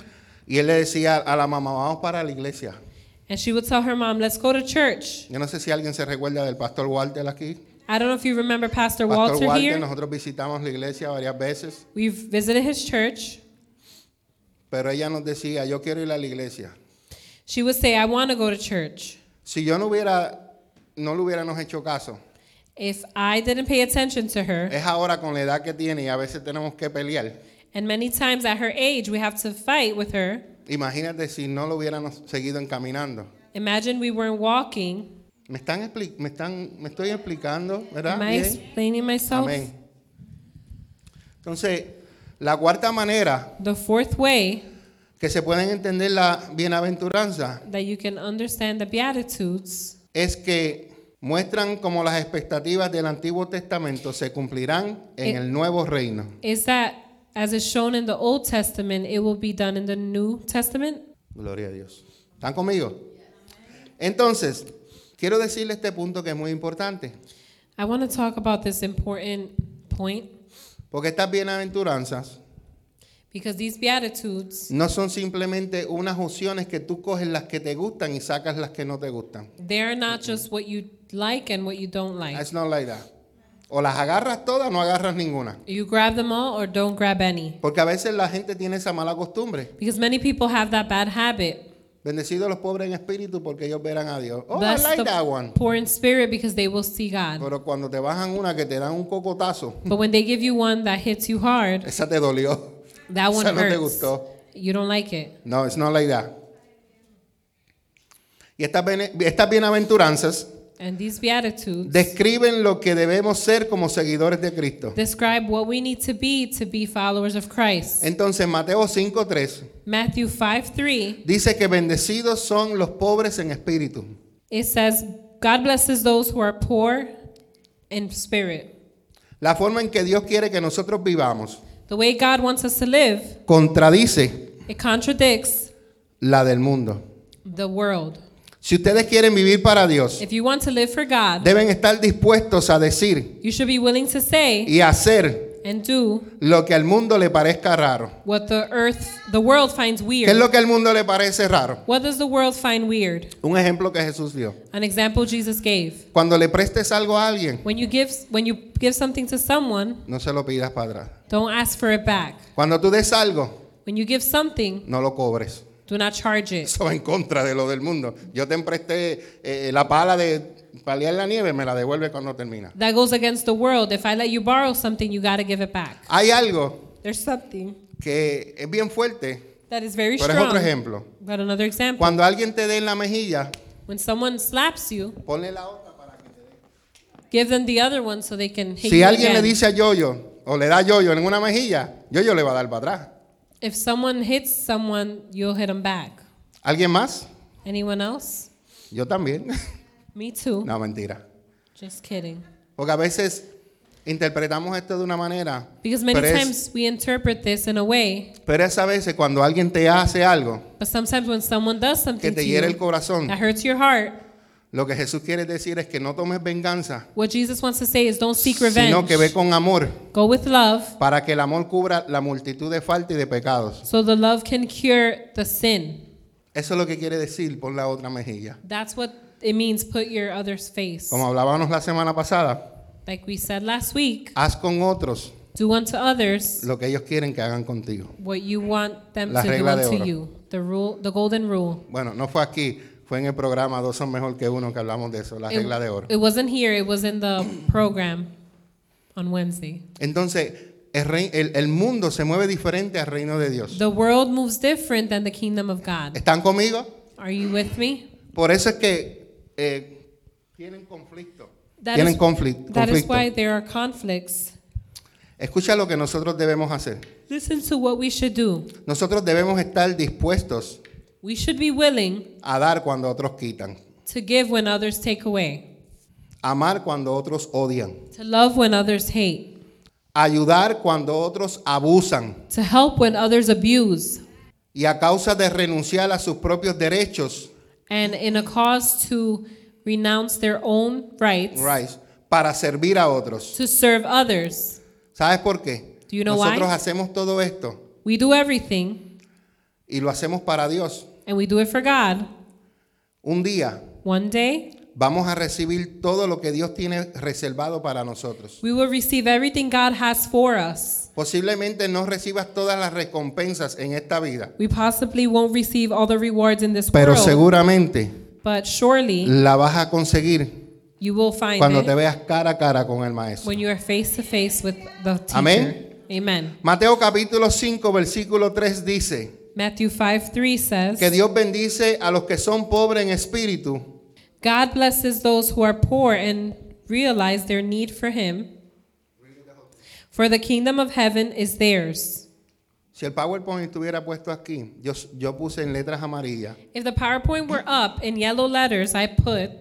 A: Y él le decía a la mamá, vamos para la iglesia.
B: And she would tell her mom, let's go to church.
A: Yo no sé si alguien se recuerda del pastor Walter aquí.
B: I don't know if you remember
A: Pastor
B: Pastor Walter
A: Walter,
B: here.
A: nosotros visitamos la iglesia varias veces,
B: We've visited his church.
A: pero ella nos decía, yo quiero ir a la iglesia.
B: She would say, I want to go to church.
A: Si yo no hubiera, no le hubiéramos hecho caso.
B: If I didn't pay attention to her,
A: Es ahora con la edad que tiene y a veces tenemos que pelear.
B: and many times at her age we have to fight with her,
A: Imagínate si no lo hubiéramos seguido encaminando.
B: imagine we weren't walking.
A: Me están, expli- me están me estoy explicando, ¿verdad?
B: Am I
A: Bien.
B: explaining myself?
A: Amén. Entonces, la cuarta manera
B: The fourth way
A: que se pueden entender la bienaventuranza
B: that you can understand the Beatitudes
A: es que muestran como las expectativas del Antiguo Testamento se cumplirán en
B: Eh.
A: el nuevo reino.
B: is that, as is shown in the Old Testament, it will be done in the New Testament.
A: Gloria a Dios. ¿Están conmigo? Entonces, quiero decirle este punto que es muy importante,
B: I want to talk about this important point
A: porque estas bienaventuranzas
B: because these Beatitudes,
A: no son simplemente unas opciones que tú coges las que te gustan y sacas las que no te gustan.
B: they're not just what you like and what you don't like.
A: It's not like that. O las agarras todas o no agarras ninguna.
B: You grab them all or don't grab any.
A: Porque a veces la gente tiene esa mala costumbre.
B: Because many people have that bad habit.
A: Bendecidos los pobres en espíritu porque ellos verán a Dios. Oh, I
B: Bless
A: like
B: the
A: that one.
B: poor in spirit because they will see God.
A: Pero cuando te bajan una que te dan un cocotazo,
B: But when they give you one that hits you hard,
A: esa te dolió.
B: that one
A: Esa no te
B: hurts.
A: gustó.
B: You don't like it.
A: No, it's not like that. Y estas, bene- estas bienaventuranzas
B: And these beatitudes
A: describen lo que debemos ser como seguidores de Cristo.
B: describe what we need to be to be followers of Christ.
A: Entonces Mateo 5:3
B: Matthew 5 3,
A: dice que bendecidos son los pobres en espíritu,
B: it says, God blesses those who are poor in spirit.
A: la forma en que Dios quiere que nosotros vivamos.
B: The way God wants us to live,
A: Contradice
B: it contradicts
A: la del mundo.
B: the world.
A: Si ustedes quieren vivir para Dios,
B: If you want to live for God,
A: deben estar dispuestos a decir
B: you should be willing to say
A: y hacer
B: and do
A: lo que al mundo le parezca raro.
B: what the earth, the world finds
A: ¿Qué es
B: weird.
A: lo que al mundo le parece raro?
B: What does the world find weird?
A: Un ejemplo que Jesús dio.
B: An example Jesus gave.
A: Cuando le prestes algo a alguien,
B: When you give when you give something to someone,
A: no se lo pidas para atrás.
B: don't ask for it back.
A: Cuando tú des algo,
B: When you give something,
A: no lo cobres.
B: do not charge it.
A: Eso va en contra de lo del mundo. Yo te presté eh, la pala de paliar la nieve, me la devuelve cuando termina.
B: That goes against the world. If I let you borrow something, you got to give it back.
A: Hay algo
B: There's something
A: que es bien fuerte,
B: that is very
A: pero es otro
B: strong.
A: ejemplo.
B: But another example,
A: Cuando alguien te dé en la mejilla,
B: when someone slaps you,
A: ponle la otra para que te dé.
B: give them the other one so they can hit
A: Si
B: you
A: alguien le
B: again.
A: dice a Yoyo o le da a Yoyo en una mejilla, Yoyo le va a dar para atrás.
B: If someone hits someone, you'll hit them back.
A: ¿Alguien más?
B: Anyone else?
A: Yo también.
B: Me too.
A: no, mentira.
B: Just kidding.
A: Porque a veces interpretamos esto de una manera,
B: Because many
A: pero, es-
B: times we interpret this in a way,
A: pero es a veces cuando alguien te hace algo
B: but sometimes when someone does
A: que
B: something
A: te
B: to
A: hiere el
B: you
A: corazón,
B: that hurts your heart,
A: lo que Jesús quiere decir es que no tomes venganza,
B: what Jesus wants to say is don't seek
A: sino
B: revenge.
A: que ve con amor
B: Go with love
A: para que el amor cubra la multitud de faltas y de pecados.
B: so the love can cure the sin.
A: Eso es lo que quiere decir por la otra mejilla.
B: That's what it means put your other's face.
A: Como hablábamos la semana pasada,
B: Like we said last week,
A: haz con otros
B: do unto others
A: lo que ellos quieren que hagan contigo.
B: what you want them
A: La
B: to do
A: regla de
B: unto
A: oro.
B: you. The rule, the golden rule.
A: Bueno, no fue aquí, fue en el programa Dos son mejor que uno que hablamos de eso, la
B: It-
A: regla de oro.
B: It wasn't here, it was in the program on Wednesday.
A: Entonces, el, rei- el- el mundo se mueve diferente al reino de Dios.
B: The world moves different than the kingdom of God.
A: ¿Están conmigo?
B: Are you with me?
A: Por eso es que eh, tienen conflicto.
B: That
A: tienen
B: is-
A: conflict-
B: That is
A: conflicto.
B: why there are conflicts.
A: Escucha lo que nosotros debemos hacer.
B: Listen to what we should do.
A: Nosotros debemos estar dispuestos
B: We should be willing
A: a dar cuando otros quitan,
B: to give when others take away,
A: amar cuando otros odian,
B: to love when others hate,
A: ayudar cuando otros abusan
B: to help when others abuse,
A: y a causa de renunciar a sus propios derechos
B: and in a cause to renounce their own rights
A: right, para servir a otros.
B: to serve others.
A: ¿Sabes por qué?
B: Do you know
A: nosotros
B: why?
A: hacemos todo esto
B: We do everything
A: y lo hacemos para Dios.
B: and we do it for God.
A: Un día
B: One day,
A: vamos a recibir todo lo que Dios tiene reservado para nosotros.
B: we will receive everything God has for us.
A: Posiblemente no recibas todas las recompensas en esta vida,
B: We possibly won't receive all the rewards in this
A: pero
B: world,
A: seguramente
B: but surely
A: la vas a conseguir
B: you will find
A: cuando
B: it
A: te veas cara a cara con el maestro.
B: when you are face to face with the teacher.
A: Amén.
B: Amen.
A: Mateo capítulo 5, versículo 3 dice
B: Matthew 5 3 says,
A: que Dios bendice a los que son pobres en espíritu,
B: God blesses those who are poor and realize their need for Him, for the kingdom of heaven is theirs.
A: Si el PowerPoint estuviera puesto aquí, yo, yo puse en letras amarillas
B: If the PowerPoint were up in yellow letters, I put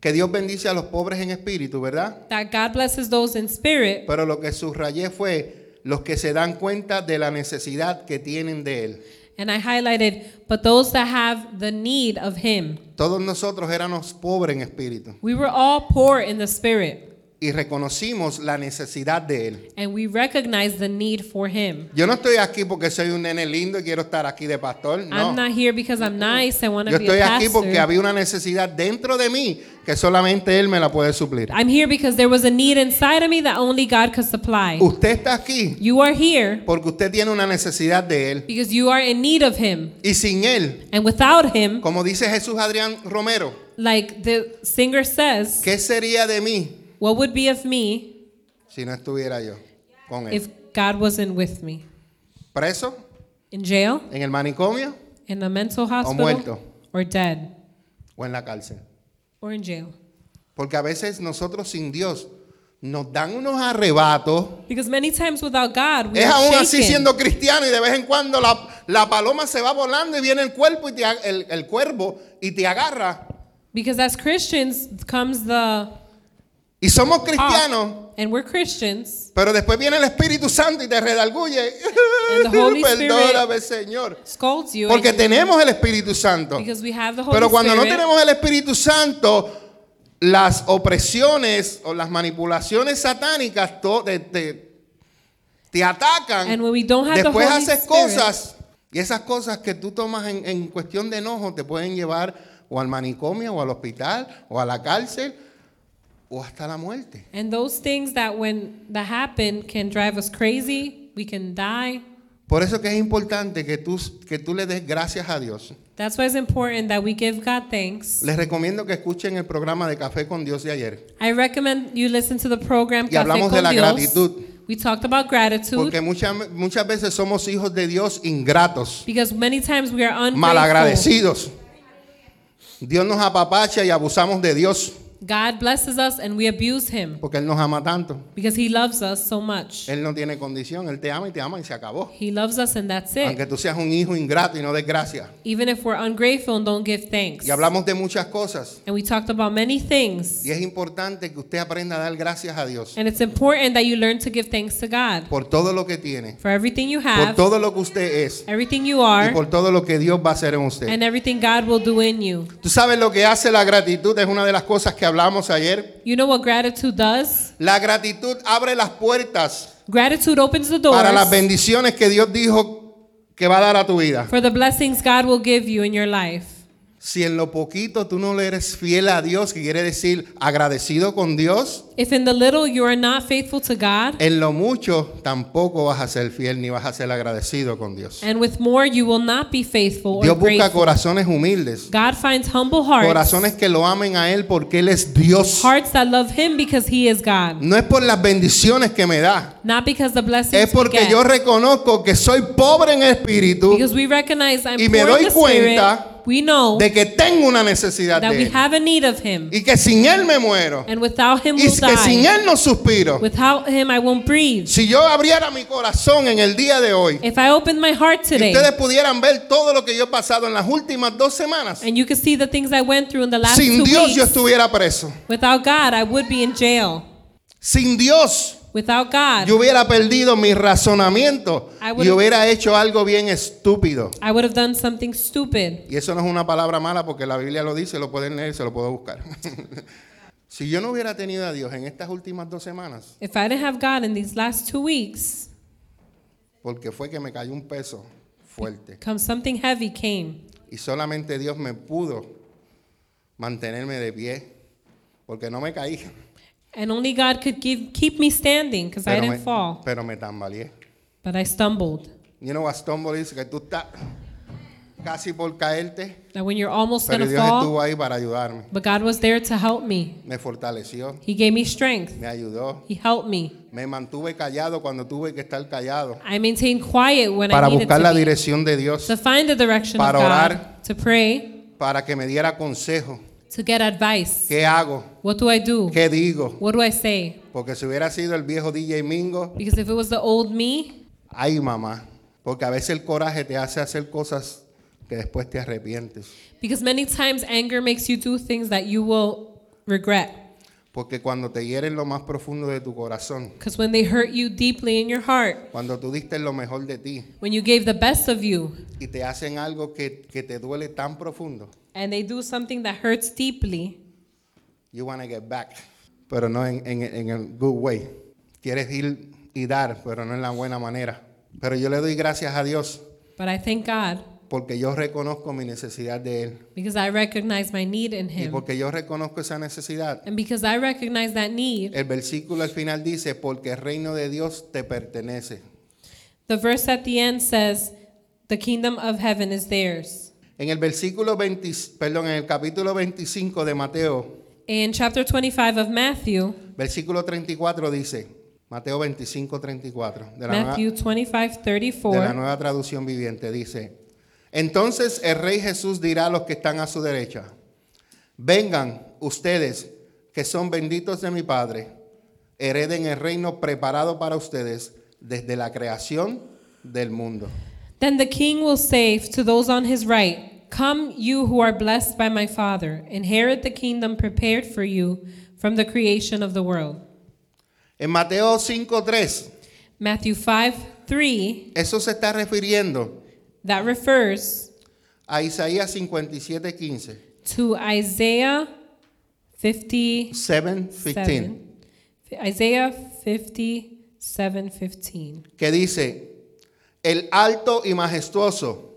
A: que Dios bendice a los pobres en espíritu, ¿verdad?
B: that God blesses those in spirit,
A: Pero lo que subrayé fue los que se dan cuenta de la necesidad que tienen de Él.
B: and I highlighted, but those that have the need of Him.
A: Todos nosotros éramos pobres en espíritu
B: We were all poor in the spirit,
A: y reconocimos la necesidad de Él.
B: and we recognize the need for him.
A: Yo no estoy aquí porque soy un nene lindo y quiero estar aquí de pastor. No.
B: I'm not here because I'm nice. I want
A: Yo
B: to be a
A: estoy aquí porque
B: pastor.
A: había una necesidad dentro de mí que solamente Él me la puede suplir.
B: I'm here because there was a need inside of me that only God could supply.
A: Usted está aquí
B: You are here
A: porque usted tiene una necesidad de Él.
B: because you are in need of him.
A: Y sin Él,
B: And without him,
A: como dice Jesús Adrián Romero,
B: like the singer says,
A: ¿qué sería de mí
B: what would be of me
A: si no estuviera yo con Él?
B: if God wasn't with me?
A: ¿Preso?
B: In jail,
A: ¿En el manicomio?
B: in a mental
A: muerto.
B: hospital, or dead,
A: ¿O en la cárcel?
B: or in jail.
A: Porque a veces nosotros sin Dios nos dan unos arrebatos.
B: Because many times without God, we
A: Es aún
B: are
A: así
B: shaken.
A: siendo cristiano y de vez en cuando la, la paloma se va volando y viene el cuerpo y te ag- el, el cuervo y te agarra.
B: Because as Christians comes the
A: Y
B: Ah.
A: somos cristianos,
B: and we're Christians,
A: pero después viene el Espíritu Santo y te redarguye.
B: And the Holy Spirit-
A: Perdóname, Señor.
B: scolds you,
A: Porque
B: and you-
A: tenemos el Espíritu Santo.
B: because we have the Holy
A: Pero cuando no
B: Spirit.
A: tenemos el Espíritu Santo, las opresiones o las manipulaciones satánicas to- te, te- te atacan.
B: And when we don't have the
A: Después
B: Holy
A: haces
B: Spirit-
A: cosas y esas cosas que tú tomas en, en cuestión de enojo te pueden llevar o al manicomio o al hospital o a la cárcel o hasta la muerte.
B: and those things that when that happen can drive us crazy, we can die.
A: Por eso que es importante que tú, que tú le des gracias a Dios.
B: That's why it's important that we give God thanks.
A: Les recomiendo que escuchen el programa de Café con Dios de ayer.
B: I recommend you listen to the program
A: Y hablamos de
B: Café con
A: la
B: Dios.
A: gratitud.
B: We talked about gratitude
A: Porque muchas, muchas veces somos hijos de Dios ingratos,
B: because many times we are ungrateful.
A: malagradecidos. Dios nos apapacha y abusamos de Dios
B: God blesses us and we abuse him
A: porque Él nos ama tanto.
B: because he loves us so much.
A: Él no tiene condición, Él te ama y te ama y se acabó.
B: He loves us and that's it.
A: Aunque tú seas un hijo ingrato y no desgracia.
B: even if we're ungrateful and don't give thanks.
A: Y hablamos de muchas cosas.
B: And we talked about many things.
A: Y es importante que usted aprenda a dar gracias a Dios
B: And it's important that you learn to give thanks to God
A: por todo lo que tiene,
B: for everything you
A: por
B: have,
A: todo lo que usted es
B: everything you
A: y
B: are,
A: por todo lo que Dios va a hacer en usted.
B: and everything God will do in you.
A: Tú sabes lo que hace la gratitud, es una de las cosas que hablamos ayer.
B: You know what gratitude does?
A: La gratitud abre las puertas
B: Gratitude opens the
A: para las
B: doors
A: bendiciones que Dios dijo que va a dar a tu vida.
B: for the blessings God will give you in your life.
A: Si en lo poquito tú no le eres fiel a Dios, que quiere decir agradecido con Dios,
B: If in the little you are not faithful to God,
A: en lo mucho tampoco vas a ser fiel ni vas a ser agradecido con Dios.
B: and with more you will not be faithful or
A: Dios busca
B: grateful.
A: corazones humildes,
B: God finds humble hearts,
A: corazones que lo amen a Él porque Él es Dios.
B: hearts that love Him because He is God,
A: No es por las bendiciones que me da,
B: not because the blessings
A: es
B: we
A: porque
B: get.
A: yo reconozco que soy pobre en espíritu,
B: Because we recognize I'm
A: Y me
B: poor
A: doy
B: in the spirit,
A: cuenta
B: we know
A: de que tengo una necesidad
B: that
A: de
B: we
A: Él.
B: have a need of him.
A: y que sin él me muero
B: And without him
A: y
B: we'll
A: que sin
B: die.
A: él no suspiro.
B: Without him I won't breathe.
A: Si yo abriera mi corazón en el día de hoy,
B: If I open my heart
A: y
B: today
A: ustedes pudieran ver todo lo que yo he pasado en las últimas dos semanas.
B: and you can see the things I went through in the last
A: Sin
B: two
A: Dios
B: weeks,
A: yo estuviera preso.
B: without God I would be in jail.
A: Sin Dios
B: Without God
A: yo hubiera perdido mi razonamiento
B: I
A: y
B: would've-
A: hubiera hecho algo bien estúpido.
B: I would have done something stupid.
A: Y eso no es una palabra mala porque la Biblia lo dice, lo pueden leer, se lo puedo buscar. si yo no hubiera tenido a Dios en estas últimas dos semanas,
B: If I didn't have God in these last two weeks,
A: porque fue que me cayó un peso fuerte.
B: come something heavy came.
A: Y solamente Dios me pudo mantenerme de pie, porque no me caí,
B: And only God could give, keep me standing because I
A: pero
B: didn't
A: me,
B: fall.
A: pero me tambaleé.
B: But I stumbled.
A: You know what stumble is? Que tú estás casi por caerte,
B: Now when you're almost
A: pero
B: going to
A: Dios
B: fall,
A: estuvo ahí para ayudarme.
B: But God was there to help me.
A: Me fortaleció,
B: He gave me strength.
A: me ayudó,
B: He helped me.
A: me mantuve callado cuando tuve que estar callado,
B: I maintained quiet when
A: para
B: I needed
A: buscar la
B: to, be,
A: dirección de Dios,
B: to find the direction of
A: Para
B: God,
A: orar.
B: to pray,
A: para que me diera consejo.
B: to get advice.
A: ¿Qué hago?
B: What do I do?
A: ¿Qué digo?
B: What do I say?
A: Porque si hubiera sido el viejo DJ Mingo,
B: Because if it was the old me,
A: Ay, mamá, porque a veces el coraje te hace hacer cosas que después te arrepientes.
B: because many times anger makes you do things that you will regret.
A: Porque cuando te hieren lo más profundo de tu corazón,
B: Because when they hurt you deeply in your heart,
A: cuando tú diste lo mejor de ti
B: when you gave the best of you,
A: y te hacen algo que, que te duele tan profundo,
B: and they do something that hurts deeply,
A: you want to get back. pero no en, en- en el good way. Quieres ir y dar, pero no en la buena manera. Pero yo le doy gracias a Dios
B: But I thank God
A: porque yo reconozco mi necesidad de Él.
B: because I recognize my need in
A: Y
B: Him.
A: porque yo reconozco esa necesidad.
B: And because I recognize that need,
A: El versículo al final dice, porque el reino de Dios te pertenece.
B: the verse at the end says, The kingdom of heaven is theirs.
A: En el versículo 20, perdón, en el capítulo 25 de Mateo,
B: In chapter 25 of Matthew,
A: versículo 34 dice, Mateo 25, 34, de la nueva-
B: Matthew 25 34.
A: de la nueva traducción viviente dice, entonces el rey Jesús dirá a los que están a su derecha, vengan ustedes que son benditos de mi Padre, hereden el reino preparado para ustedes desde la creación del mundo.
B: Then the king will say to those on his right, Come, you who are blessed by my Father, inherit the kingdom prepared for you from the creation of the world.
A: En Mateo 5.3,
B: Matthew 5 3,
A: eso se está refiriendo
B: that refers
A: a Isaías 57.15,
B: to Isaiah 57
A: 7.15,
B: Isaiah 57 15.
A: que dice, el alto y majestuoso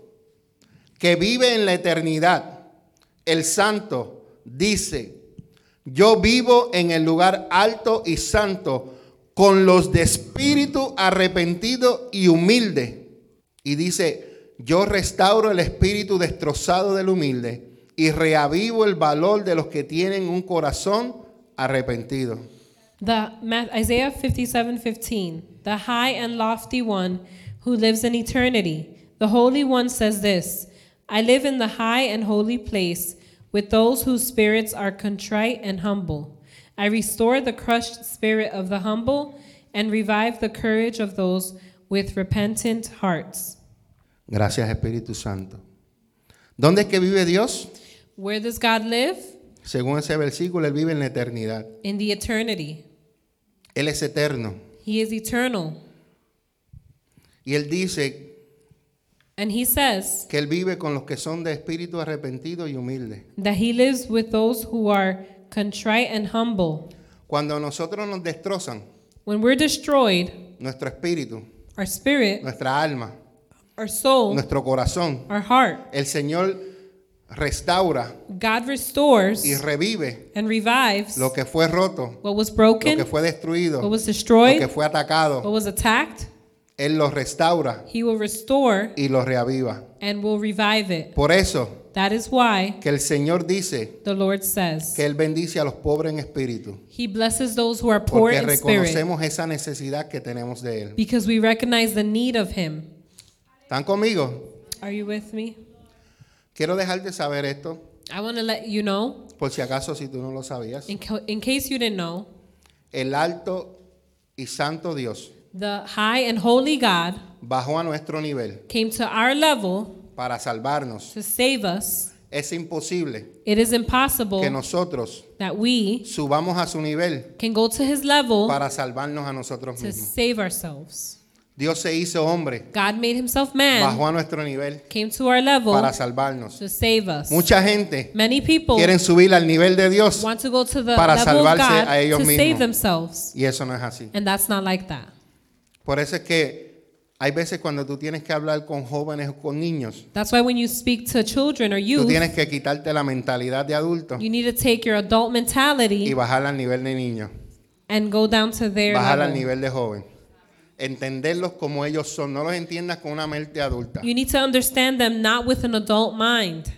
A: que vive en la eternidad, el santo, dice, yo vivo en el lugar alto y santo con los de espíritu arrepentido y humilde. Y dice, yo restauro el espíritu destrozado del humilde y reavivo el valor de los que tienen un corazón arrepentido.
B: The Ma- Isaiah 57:15, the high and lofty one who lives in eternity. The holy one says this, I live in the high and holy place with those whose spirits are contrite and humble. I restore the crushed spirit of the humble and revive the courage of those with repentant hearts.
A: Gracias Espíritu Santo. ¿Dónde es que vive Dios?
B: Where does God live?
A: Según ese versículo, Él vive en la eternidad.
B: In the eternity.
A: Él es eterno.
B: He is eternal.
A: Y Él dice
B: And he says
A: que Él vive con los que son de espíritu arrepentido y humilde.
B: that he lives with those who are contrite and humble.
A: Cuando a nosotros nos destrozan
B: When we're destroyed,
A: nuestro espíritu,
B: our spirit,
A: nuestra alma,
B: our soul,
A: nuestro corazón,
B: our heart,
A: el Señor restaura
B: God
A: y
B: restores
A: revive
B: and revives
A: lo que fue roto,
B: what was
A: lo que
B: broken,
A: fue destruido,
B: what was
A: lo que
B: destroyed,
A: fue
B: what
A: atacado.
B: was attacked.
A: Él lo restaura
B: He will restore
A: y lo reaviva.
B: and will revive it.
A: Por eso
B: That is why
A: que el Señor dice
B: the Lord says
A: que Él bendice a los pobres en espíritu.
B: He blesses those who are poor
A: Porque
B: in spirit
A: reconocemos esa necesidad que tenemos de Él.
B: because we recognize the need of Him.
A: ¿Están conmigo?
B: Are you with me?
A: Quiero dejarte saber esto,
B: I want to let you know,
A: por si acaso si tú no lo sabías.
B: in, co- in case you didn't know,
A: El alto y santo Dios
B: the high and holy God
A: bajó a nuestro nivel
B: came to our level
A: para salvarnos.
B: to save us.
A: Es imposible
B: It is
A: que
B: impossible
A: nosotros
B: that we
A: subamos a su nivel
B: can go to his level
A: para salvarnos a nosotros
B: to
A: mismos.
B: save ourselves.
A: Dios se hizo hombre,
B: God made himself man,
A: bajó a nuestro nivel
B: came to our level
A: para salvarnos.
B: to save us.
A: Mucha gente
B: Many people
A: quieren subir al nivel de Dios
B: want to go to the
A: para
B: level
A: salvarse
B: of
A: a
B: God
A: ellos
B: to save
A: mismos.
B: themselves.
A: y eso no es así.
B: And that's not like that.
A: Por eso es que hay veces cuando tú tienes que hablar con jóvenes o con niños,
B: That's why when you speak to children or
A: tú
B: youth,
A: tienes que quitarte la mentalidad de adulto
B: you need to take your adult
A: y
B: mentality
A: bajar al nivel de niño,
B: and go down to their
A: bajar al
B: level.
A: nivel de joven. Entenderlos como ellos son, no los entiendas con una mente adulta.
B: You need to understand them not with an adult mind.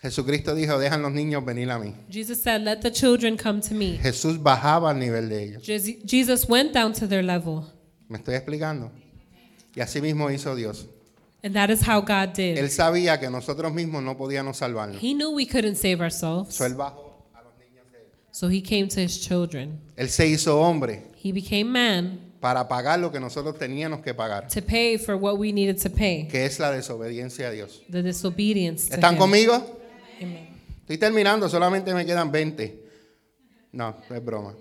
A: Jesucristo dijo, dejan los niños venir a mí.
B: Jesus said, Let the children come to me.
A: Jesús bajaba al nivel de ellos.
B: Jes- Jesus went down to their level.
A: ¿Me estoy explicando? Y así mismo hizo Dios.
B: And that is how God
A: Él
B: did.
A: sabía que nosotros mismos no podíamos salvarnos.
B: He knew we couldn't save ourselves,
A: So, él bajó a los niños de él.
B: so he came to his children.
A: Él se hizo hombre
B: He became man
A: para pagar lo que nosotros teníamos que pagar.
B: to pay for what we needed to pay,
A: que es la desobediencia a Dios.
B: the disobedience to
A: ¿Están
B: him.
A: conmigo?
B: Amen.
A: Estoy terminando, solamente me quedan 20. No, no es broma.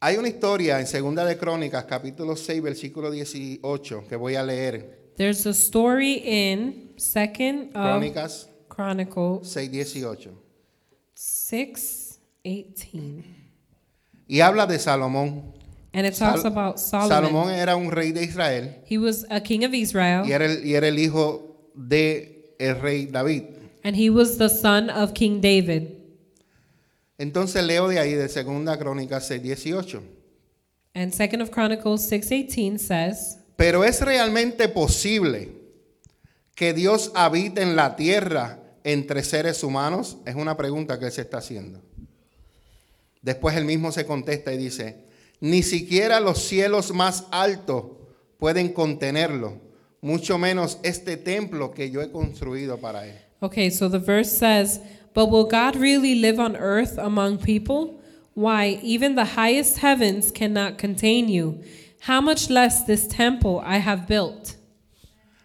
A: Hay una historia en Segunda de Crónicas, capítulo 6, versículo 18, que voy a leer.
B: There's a story in Second of
A: Crónicas
B: Chronicles
A: 6, 18.
B: six eighteen.
A: Y habla de Salomón.
B: And it talks
A: Sal-
B: about Solomon.
A: Salomón era un rey de Israel
B: He was a king of Israel,
A: y era el, y era el hijo de el rey David.
B: and he was the son of King David.
A: Entonces leo de ahí de Segunda Crónica 6:18.
B: And Second of Chronicles 6:18 says,
A: Pero es realmente posible que Dios habite en la tierra entre seres humanos? Es una pregunta que él se está haciendo. Después él mismo se contesta y dice, ni siquiera los cielos más altos pueden contenerlo, mucho menos este templo que yo he construido para él.
B: Okay, so the verse says, But will God really live on earth among people? Why, even the highest heavens cannot contain you. How much less this temple I have built?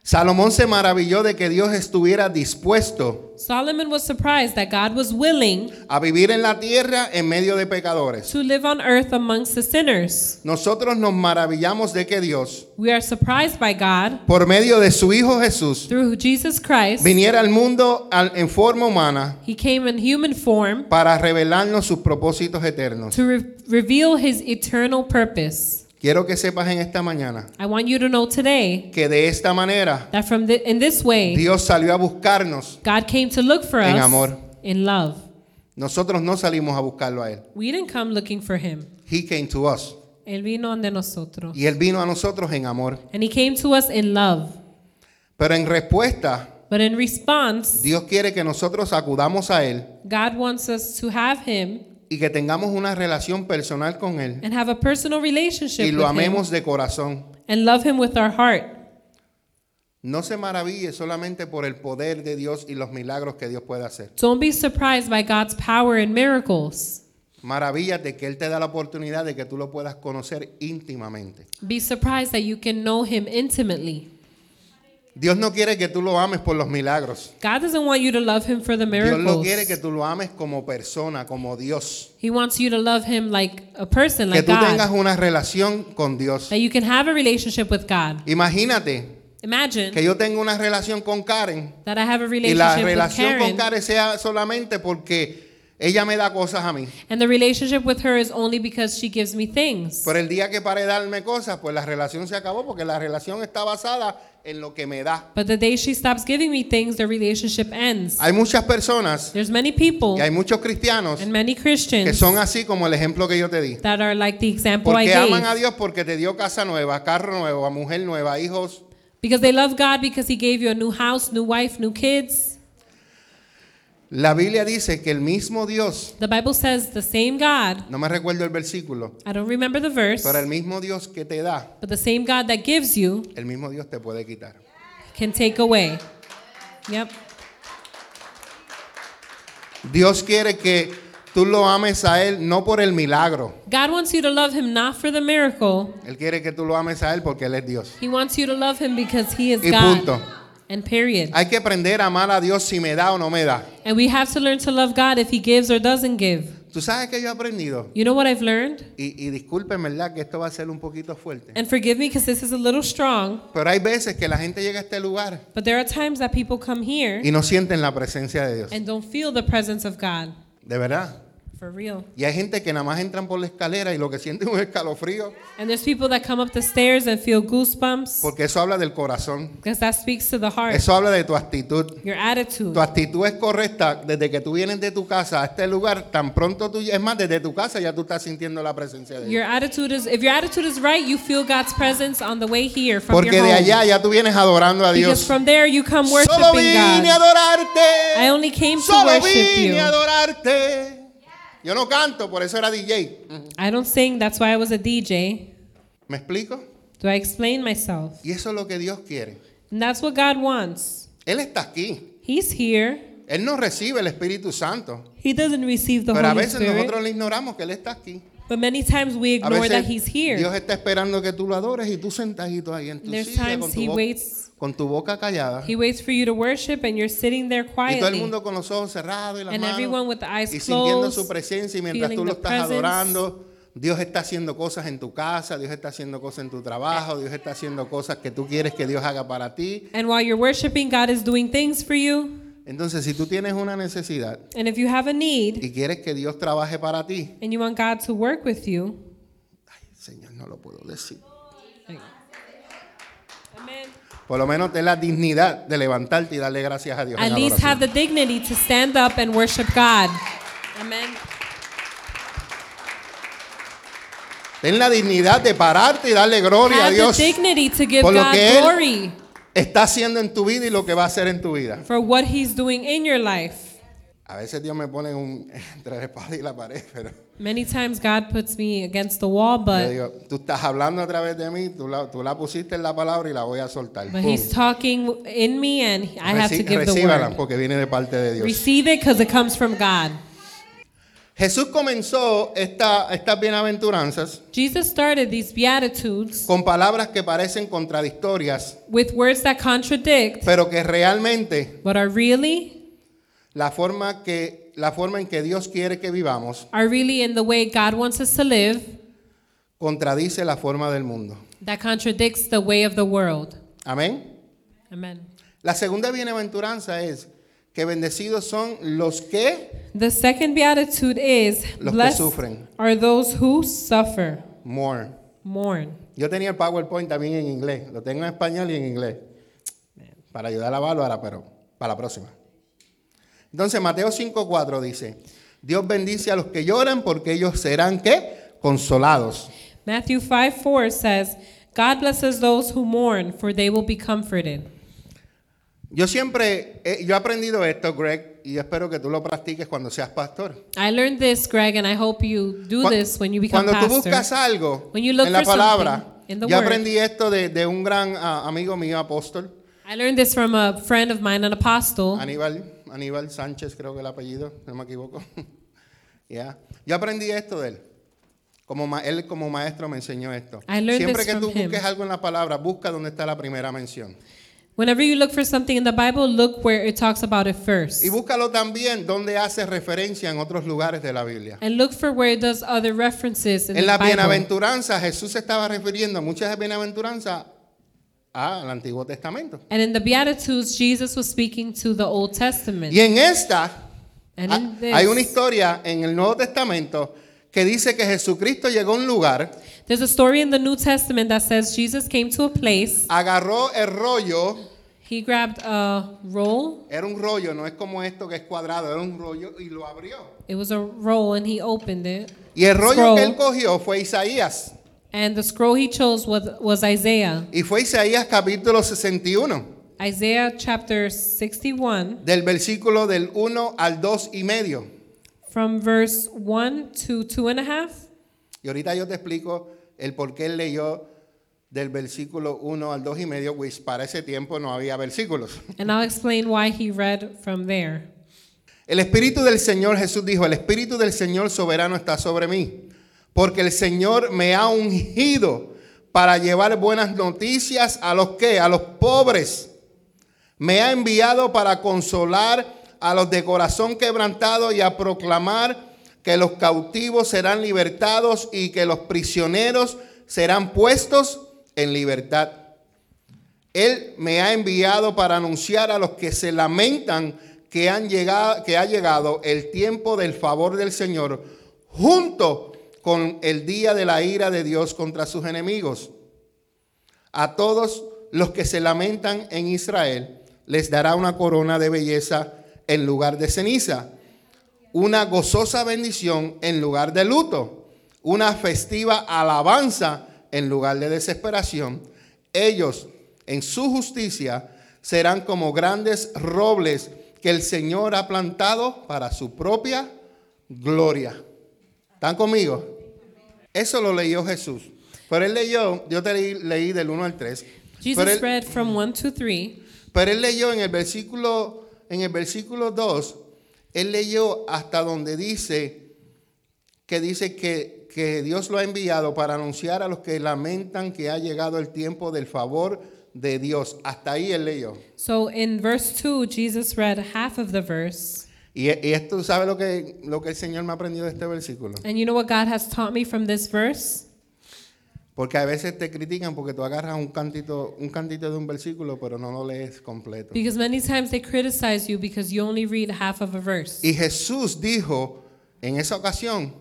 A: Salomón se maravilló de que Dios estuviera dispuesto
B: Solomon was surprised that God was willing
A: a vivir en la tierra en medio de pecadores.
B: to live on earth amongst the sinners.
A: Nosotros nos maravillamos de que Dios,
B: We are surprised by God
A: por medio de su Hijo Jesús,
B: through Jesus Christ.
A: viniera al mundo al- en forma humana
B: He came in human form
A: para revelarnos sus propósitos eternos.
B: to re- reveal his eternal purpose.
A: Quiero que sepas en esta mañana
B: I want you to know today
A: que de esta manera
B: that from thi- in this way,
A: Dios salió a buscarnos.
B: God came to look for
A: En
B: us
A: amor.
B: in love.
A: Nosotros no salimos a buscarlo a Él.
B: We didn't come looking for him.
A: He came to us.
B: Él vino donde nosotros.
A: Y Él vino a nosotros en amor.
B: And he came to us in love.
A: Pero en respuesta,
B: But in response,
A: Dios quiere que nosotros acudamos a Él
B: God wants us to have him
A: y que tengamos una relación personal con Él.
B: and have a personal relationship
A: Y lo
B: with him
A: amemos de corazón.
B: and love him with our heart.
A: No se maraville solamente por el poder de Dios y los milagros que Dios puede hacer.
B: Don't be surprised by God's power and miracles.
A: Maravíllate que Él te da la oportunidad de que tú lo puedas conocer íntimamente.
B: Be surprised that you can know him intimately.
A: Dios no quiere que tú lo ames por los milagros.
B: God doesn't want you to love him for the
A: Dios
B: miracles.
A: lo quiere que tú lo ames como persona, como Dios.
B: He wants you to love him like a person,
A: Que
B: like
A: tú tengas
B: God.
A: una relación con Dios.
B: That you can have a relationship with God.
A: Imagínate
B: Imagine
A: que yo tengo una relación con Karen
B: that I have a
A: y la
B: relationship with
A: relación con
B: Karen.
A: Karen sea solamente porque ella me da cosas a mí.
B: And the relationship with her is only because she gives me things.
A: Pero el día que pare de darme cosas, pues la relación se acabó porque la relación está basada en lo que me da.
B: But the day she stops giving me things, the relationship ends.
A: Hay muchas personas
B: There's many people
A: y hay muchos cristianos
B: and many
A: que
B: Christians
A: son así como el ejemplo que yo te di.
B: that are like the example I
A: Porque aman a
B: gave.
A: Dios porque te dio casa nueva, carro nuevo, mujer nueva, hijos.
B: Because they love God because He gave you a new house, new wife, new kids.
A: La Biblia dice que el mismo Dios,
B: The Bible says the same God,
A: no me recuerdo el versículo,
B: I don't remember the verse,
A: pero el mismo Dios que te da,
B: but the same God that gives you
A: el mismo Dios te puede quitar.
B: can take away. Yep.
A: Dios quiere que tú lo ames a Él no por el milagro.
B: God wants you to love Him not for the miracle,
A: Él quiere que tú lo ames a Él porque Él es Dios.
B: He wants you to love Him because He is
A: Y
B: God.
A: punto.
B: And period.
A: Hay que aprender a amar a Dios si me da o no me da.
B: And we have to learn to love God if He gives or doesn't give.
A: ¿Tú sabes que yo he aprendido?
B: You know what I've learned?
A: Y, y disculpen, ¿verdad? Que esto va a ser un poquito fuerte.
B: And forgive me because this is a little strong,
A: Pero hay veces que la gente llega a este lugar
B: but there are times that people come here
A: y no sienten la presencia de Dios.
B: and don't feel the presence of God.
A: De verdad.
B: For real.
A: Y hay gente que nada más entran por la escalera y lo que sienten es un escalofrío,
B: And there's people that come up the stairs and feel goosebumps
A: porque eso habla del corazón.
B: because that speaks to the heart,
A: Eso habla de tu actitud.
B: your attitude.
A: Tu actitud es correcta desde que tú vienes de tu casa a este lugar, tan pronto tú, es más, desde tu casa ya tú estás sintiendo la presencia de Dios.
B: Your attitude is if your attitude is right, you feel God's presence on the way here from
A: Porque
B: your home.
A: de allá ya tú vienes adorando a
B: because
A: Dios.
B: from there you come worshiping
A: Solo vine a
B: God. I
A: adorarte.
B: only came to
A: Solo
B: worship
A: vine a
B: you.
A: adorarte. Yo no canto, por eso era DJ.
B: I don't sing, that's why I was a DJ.
A: ¿Me explico?
B: Do I explain myself?
A: Y eso es lo que Dios quiere.
B: And that's what God wants.
A: Él está aquí.
B: He's here.
A: Él no recibe el Espíritu Santo.
B: He doesn't receive the
A: Pero a
B: Holy
A: veces
B: Spirit.
A: nosotros le ignoramos que Él está aquí.
B: But many times
A: A
B: we ignore that
A: veces
B: He's here.
A: Dios está esperando que tú lo adores y tú sentadito ahí en tu
B: There's
A: silla con
B: times
A: tu,
B: He
A: boca,
B: waits.
A: con tu boca callada.
B: He waits for you to worship, and you're sitting there
A: Y todo
B: quietly,
A: el mundo con los ojos cerrados y las
B: and everyone
A: manos
B: with the eyes
A: y sintiendo
B: closed.
A: su presencia y mientras
B: feeling
A: tú lo
B: the
A: estás
B: presence.
A: adorando, Dios está haciendo cosas en tu casa, Dios está haciendo cosas en tu trabajo, Dios está haciendo cosas que tú quieres que Dios haga para ti.
B: And while you're worshiping, God is doing things for you.
A: Entonces, si tú tienes una necesidad
B: And if you have a need
A: y quieres que Dios trabaje para ti,
B: and you want God to work with you,
A: Señor, no lo puedo decir.
B: Amen.
A: Por lo menos ten la dignidad de levantarte y darle gracias a Dios. en
B: at least
A: adoración.
B: have the dignity to stand up and worship God. Amen.
A: Ten la dignidad de pararte y darle gloria a
B: Have the
A: Dios.
B: dignity to give
A: por lo
B: God
A: que Él-
B: glory
A: Está haciendo en tu vida y lo que va a hacer en tu vida.
B: for what He's doing in your life.
A: A veces Dios me pone un, entre la espada y la pared, pero
B: Many times God puts me against the wall,
A: yo
B: but
A: digo, tú estás hablando a través de mí, tú la, tú la pusiste en la palabra y la voy a soltar. Pum.
B: but He's talking in me, and I have to
A: Reci-
B: give the
A: recíbala,
B: word.
A: porque viene de parte de Dios.
B: Receive it because it comes from God.
A: Jesús comenzó esta, estas bienaventuranzas
B: Jesus started these beatitudes
A: con palabras que parecen contradictorias,
B: with words that contradict,
A: pero que realmente
B: but are really
A: la forma, que, la forma en que Dios quiere que vivamos
B: are really in the way God wants us to live.
A: contradice la forma del mundo.
B: That contradicts the way of the world.
A: Amén.
B: Amen.
A: La segunda bienaventuranza es que bendecidos son los que
B: The second beatitude is
A: Los que
B: blessed
A: sufren.
B: are those who suffer,
A: mourn.
B: mourn.
A: Yo tenía el PowerPoint también en inglés, lo tengo en español y en inglés, para ayudar a Bárbara, pero para la próxima. Entonces Mateo 5.4 dice, Dios bendice a los que lloran porque ellos serán, ¿qué? Consolados.
B: Matthew 5 4 says, God blesses those who mourn, for they will be comforted.
A: Yo siempre, eh, yo he aprendido esto, Greg, y yo espero que tú lo practiques cuando seas pastor.
B: I learned this, Greg, and I hope you do
A: Cu-
B: this when you become
A: cuando tú
B: pastor.
A: buscas algo
B: When you look
A: en la
B: for
A: palabra,
B: something in the
A: yo
B: word.
A: aprendí esto de, de un gran ah, amigo mío, apóstol,
B: I learned this from a friend of mine, an apostle.
A: Aníbal, Aníbal Sánchez, creo que el apellido, no me equivoco. Ya. Yo aprendí esto de él. Como ma- él como maestro me enseñó esto.
B: I learned
A: Siempre
B: this
A: que
B: from
A: tú
B: him.
A: busques algo en la palabra, busca donde está la primera mención.
B: Whenever you look for something in the Bible, look where it talks about it first.
A: Y búscalo también donde hace referencia en otros lugares de la Biblia.
B: And look for where it does other references in
A: En la
B: the Bible.
A: bienaventuranza, Jesús se estaba refiriendo a muchas bienaventuranzas al Antiguo Testamento.
B: And in the Beatitudes, Jesus was speaking to the Old Testament.
A: Y en esta,
B: And
A: ha-
B: in this,
A: hay una historia en el Nuevo Testamento que dice que Jesucristo llegó a un lugar
B: there's a story in the New Testament that says Jesus came to a place,
A: agarró el rollo,
B: he grabbed a roll,
A: era un rollo, no es como esto que es cuadrado, era un rollo y lo abrió.
B: it was a roll, and he opened it.
A: Y el rollo
B: Scroll.
A: que él cogió fue Isaías.
B: And the scroll he chose was, was Isaiah.
A: Y fue Isaías capítulo 61,
B: Isaiah chapter 61,
A: del versículo del 1 al 2 y medio.
B: from verse 1 to 2 and a half.
A: Y ahorita yo te explico el por qué él leyó del versículo 1 al 2 y medio, pues para ese tiempo no había versículos.
B: And I'll explain why he read from there.
A: El Espíritu del Señor, Jesús dijo, el Espíritu del Señor soberano está sobre mí, porque el Señor me ha ungido para llevar buenas noticias a los que, a los pobres. Me ha enviado para consolar a los de corazón quebrantado y a proclamar que los cautivos serán libertados y que los prisioneros serán puestos en libertad. Él me ha enviado para anunciar a los que se lamentan que, han llegado, que ha llegado el tiempo del favor del Señor junto con el día de la ira de Dios contra sus enemigos. A todos los que se lamentan en Israel les dará una corona de belleza en lugar de ceniza, una gozosa bendición en lugar de luto, una festiva alabanza en lugar de desesperación. Ellos en su justicia serán como grandes robles que el Señor ha plantado para su propia gloria. ¿Están conmigo? Eso lo leyó Jesús. Pero él leyó, yo te leí, leí del 1 al 3. Pero
B: Jesus
A: él,
B: read from 1 to 3.
A: pero él leyó en el versículo en el versículo 2, él leyó hasta donde dice que dice que, que Dios lo ha enviado para anunciar a los que lamentan que ha llegado el tiempo del favor de Dios. Hasta ahí él leyó.
B: So in verse 2, Jesus read half of the verse.
A: Y, y esto sabe lo que lo que el Señor me ha aprendido de este versículo.
B: And you know what God has taught me from this verse?
A: Porque a veces te critican porque tú agarras un cantito, un cantito de un versículo, pero no lo lees completo.
B: Because many times they criticize you because you only read half of a verse.
A: Y Jesús dijo en esa ocasión,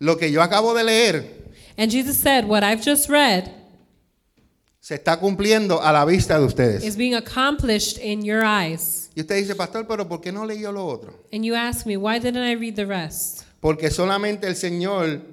A: lo que yo acabo de leer
B: And Jesus said, What I've just read
A: se está cumpliendo a la vista de ustedes.
B: is being accomplished in your eyes.
A: Y usted dice, pastor, pero ¿por qué no leyó lo otro?
B: And you ask me, Why didn't I read the rest?
A: Porque solamente el Señor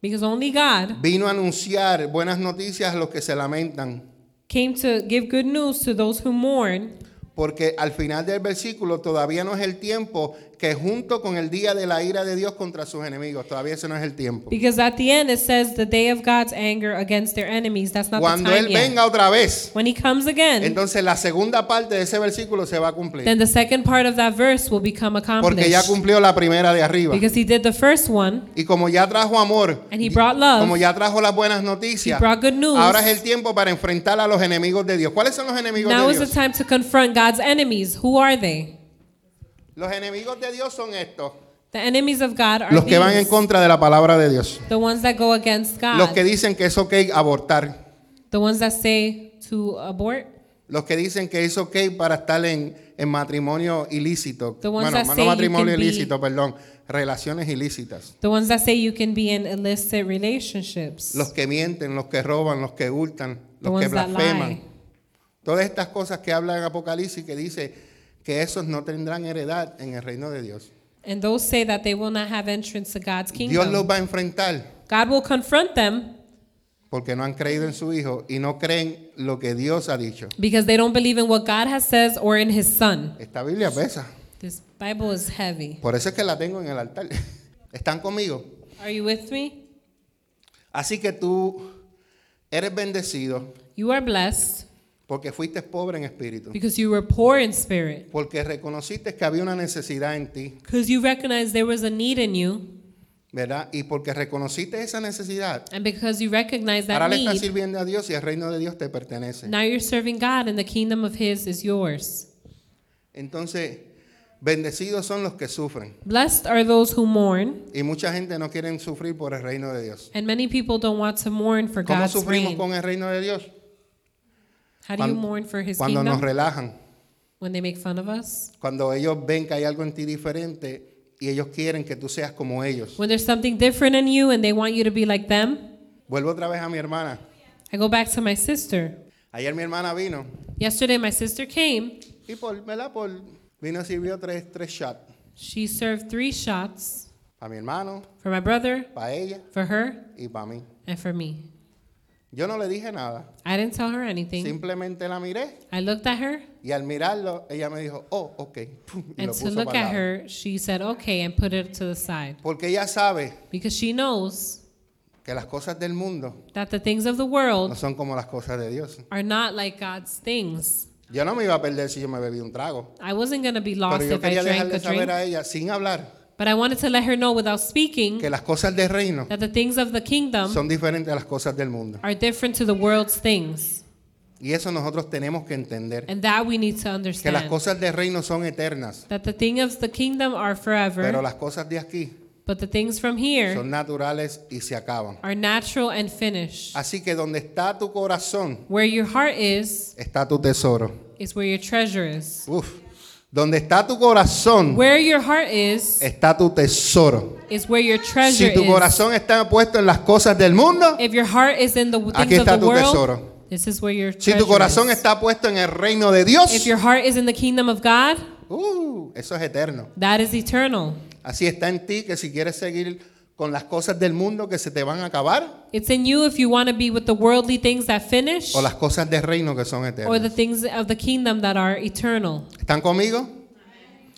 B: Because only God
A: vino a anunciar buenas noticias a los que se lamentan.
B: came to give good news to those who mourn.
A: Porque al final del versículo todavía no es el tiempo que junto con el día de la ira de Dios contra sus enemigos, todavía ese no es el tiempo.
B: Because at the end it says, The day of God's anger against their enemies. That's not the
A: Cuando
B: time
A: Él
B: yet.
A: venga otra vez,
B: When he comes again,
A: entonces la segunda parte de ese versículo se va a cumplir.
B: then the second part of that verse will become
A: Porque
B: accomplished.
A: ya cumplió la primera de arriba.
B: Because he did the first one,
A: Y como ya trajo amor,
B: and he brought love.
A: como ya trajo las buenas noticias,
B: He brought good news.
A: ahora es el tiempo para enfrentar a los enemigos de Dios. ¿Cuáles son los enemigos
B: Now
A: de
B: is the
A: Dios?
B: time to confront God's enemies. Who are they?
A: Los enemigos de Dios son estos.
B: The enemies of God are
A: Los que van en
B: these,
A: contra de la palabra de Dios.
B: the ones that go against God,
A: Los que dicen que es ok abortar.
B: the ones that say to abort,
A: Los que dicen que es ok para estar en, en matrimonio ilícito.
B: The ones
A: Bueno,
B: that
A: no
B: say you
A: matrimonio
B: can be-
A: ilícito, perdón. Relaciones ilícitas.
B: the ones that say you can be in illicit relationships,
A: Los que mienten, los que roban, los que hurtan,
B: the
A: los que
B: ones that
A: blasfeman.
B: lie.
A: Todas estas cosas que habla en Apocalipsis que dice que esos no tendrán heredad en el reino de Dios.
B: And those say that they will not have entrance to God's
A: Dios
B: kingdom.
A: los va a enfrentar
B: God will confront them
A: porque no han creído en su Hijo y no creen lo que Dios ha dicho.
B: because they don't believe in what God has says or in his son.
A: Esta Biblia pesa.
B: This Bible is heavy.
A: Por eso es que la tengo en el altar. ¿Están conmigo?
B: Are you with me?
A: Así que tú eres bendecido
B: You are blessed
A: porque fuiste pobre en espíritu.
B: because you were poor in spirit.
A: Porque reconociste que había una necesidad en ti,
B: Because you recognized there was a need in you,
A: ¿verdad? Y porque reconociste esa necesidad,
B: and because you recognized that
A: ahora le estás
B: need,
A: sirviendo a Dios y el reino de Dios te pertenece.
B: now you're serving God, and the kingdom of His is yours.
A: Entonces, bendecidos son los que sufren.
B: Blessed are those who mourn,
A: Y mucha gente no quiere sufrir por el reino de Dios.
B: and many people don't want to mourn for
A: ¿Cómo
B: God's
A: sufrimos
B: reign.
A: con el reino de Dios?
B: How do you
A: cuan-
B: mourn for His
A: Cuando nos
B: kingdom?
A: relajan,
B: When they make fun of us?
A: cuando ellos ven que hay algo en ti diferente y ellos quieren que tú seas como ellos.
B: When there's something different in you and they want you to be like them?
A: Vuelvo otra vez a mi hermana.
B: I go back to my sister.
A: Ayer mi hermana vino
B: Yesterday, my sister came.
A: y por, ¿verdad? Por, vino y sirvió tres, tres shots.
B: She served three shots
A: Para mi hermano,
B: for my brother,
A: para ella
B: for her,
A: y para mí.
B: and for me.
A: Yo no le dije nada.
B: I didn't tell her anything.
A: Simplemente la miré
B: I looked at her.
A: y al mirarlo ella me dijo, oh, ok. Pum, Y
B: And
A: lo
B: to
A: puso
B: look
A: para el
B: at
A: lado.
B: her, she said, okay, and put it to the side.
A: Porque ella sabe
B: Because she knows
A: que las cosas del mundo
B: that the things of the
A: no
B: world
A: son como las cosas de Dios.
B: are not like God's things.
A: Yo no me iba a perder si yo me bebí un trago.
B: I wasn't going to be
A: Pero
B: lost
A: yo
B: if I
A: quería
B: drank
A: dejarle
B: a
A: saber
B: drink.
A: a ella, sin hablar,
B: But I wanted to let her know without speaking
A: que las cosas del reino
B: that the things of the kingdom
A: son diferentes a las cosas del mundo.
B: are different to the world's things.
A: Y eso nosotros tenemos que entender.
B: And that we need to
A: Que las
B: understand.
A: cosas del reino son eternas,
B: That the things of the kingdom are
A: pero
B: forever,
A: las cosas de aquí
B: but the things from here
A: son naturales y se acaban.
B: are natural and finished.
A: Así que donde está tu corazón,
B: Where your heart is,
A: está tu tesoro.
B: is where your treasure is.
A: Uf. Donde está tu corazón,
B: Where your heart is,
A: está tu tesoro.
B: is where your treasure
A: Eh, Si tu
B: is.
A: corazón está puesto en las cosas del mundo,
B: If your heart is in the w-
A: Aquí
B: things
A: está
B: of the
A: tu
B: world,
A: tesoro.
B: this is where your
A: si
B: treasure
A: tu corazón
B: is.
A: está puesto en el reino de Dios,
B: If your heart is in the kingdom of God,
A: Uh, eso es eterno.
B: that is eternal.
A: Así está en ti que si quieres seguir con las cosas del mundo que se te van a acabar
B: It's in you if you want to be with the worldly things that finish
A: o las cosas del reino que son
B: or the
A: eternas.
B: things of the kingdom that are eternal.
A: ¿Están conmigo?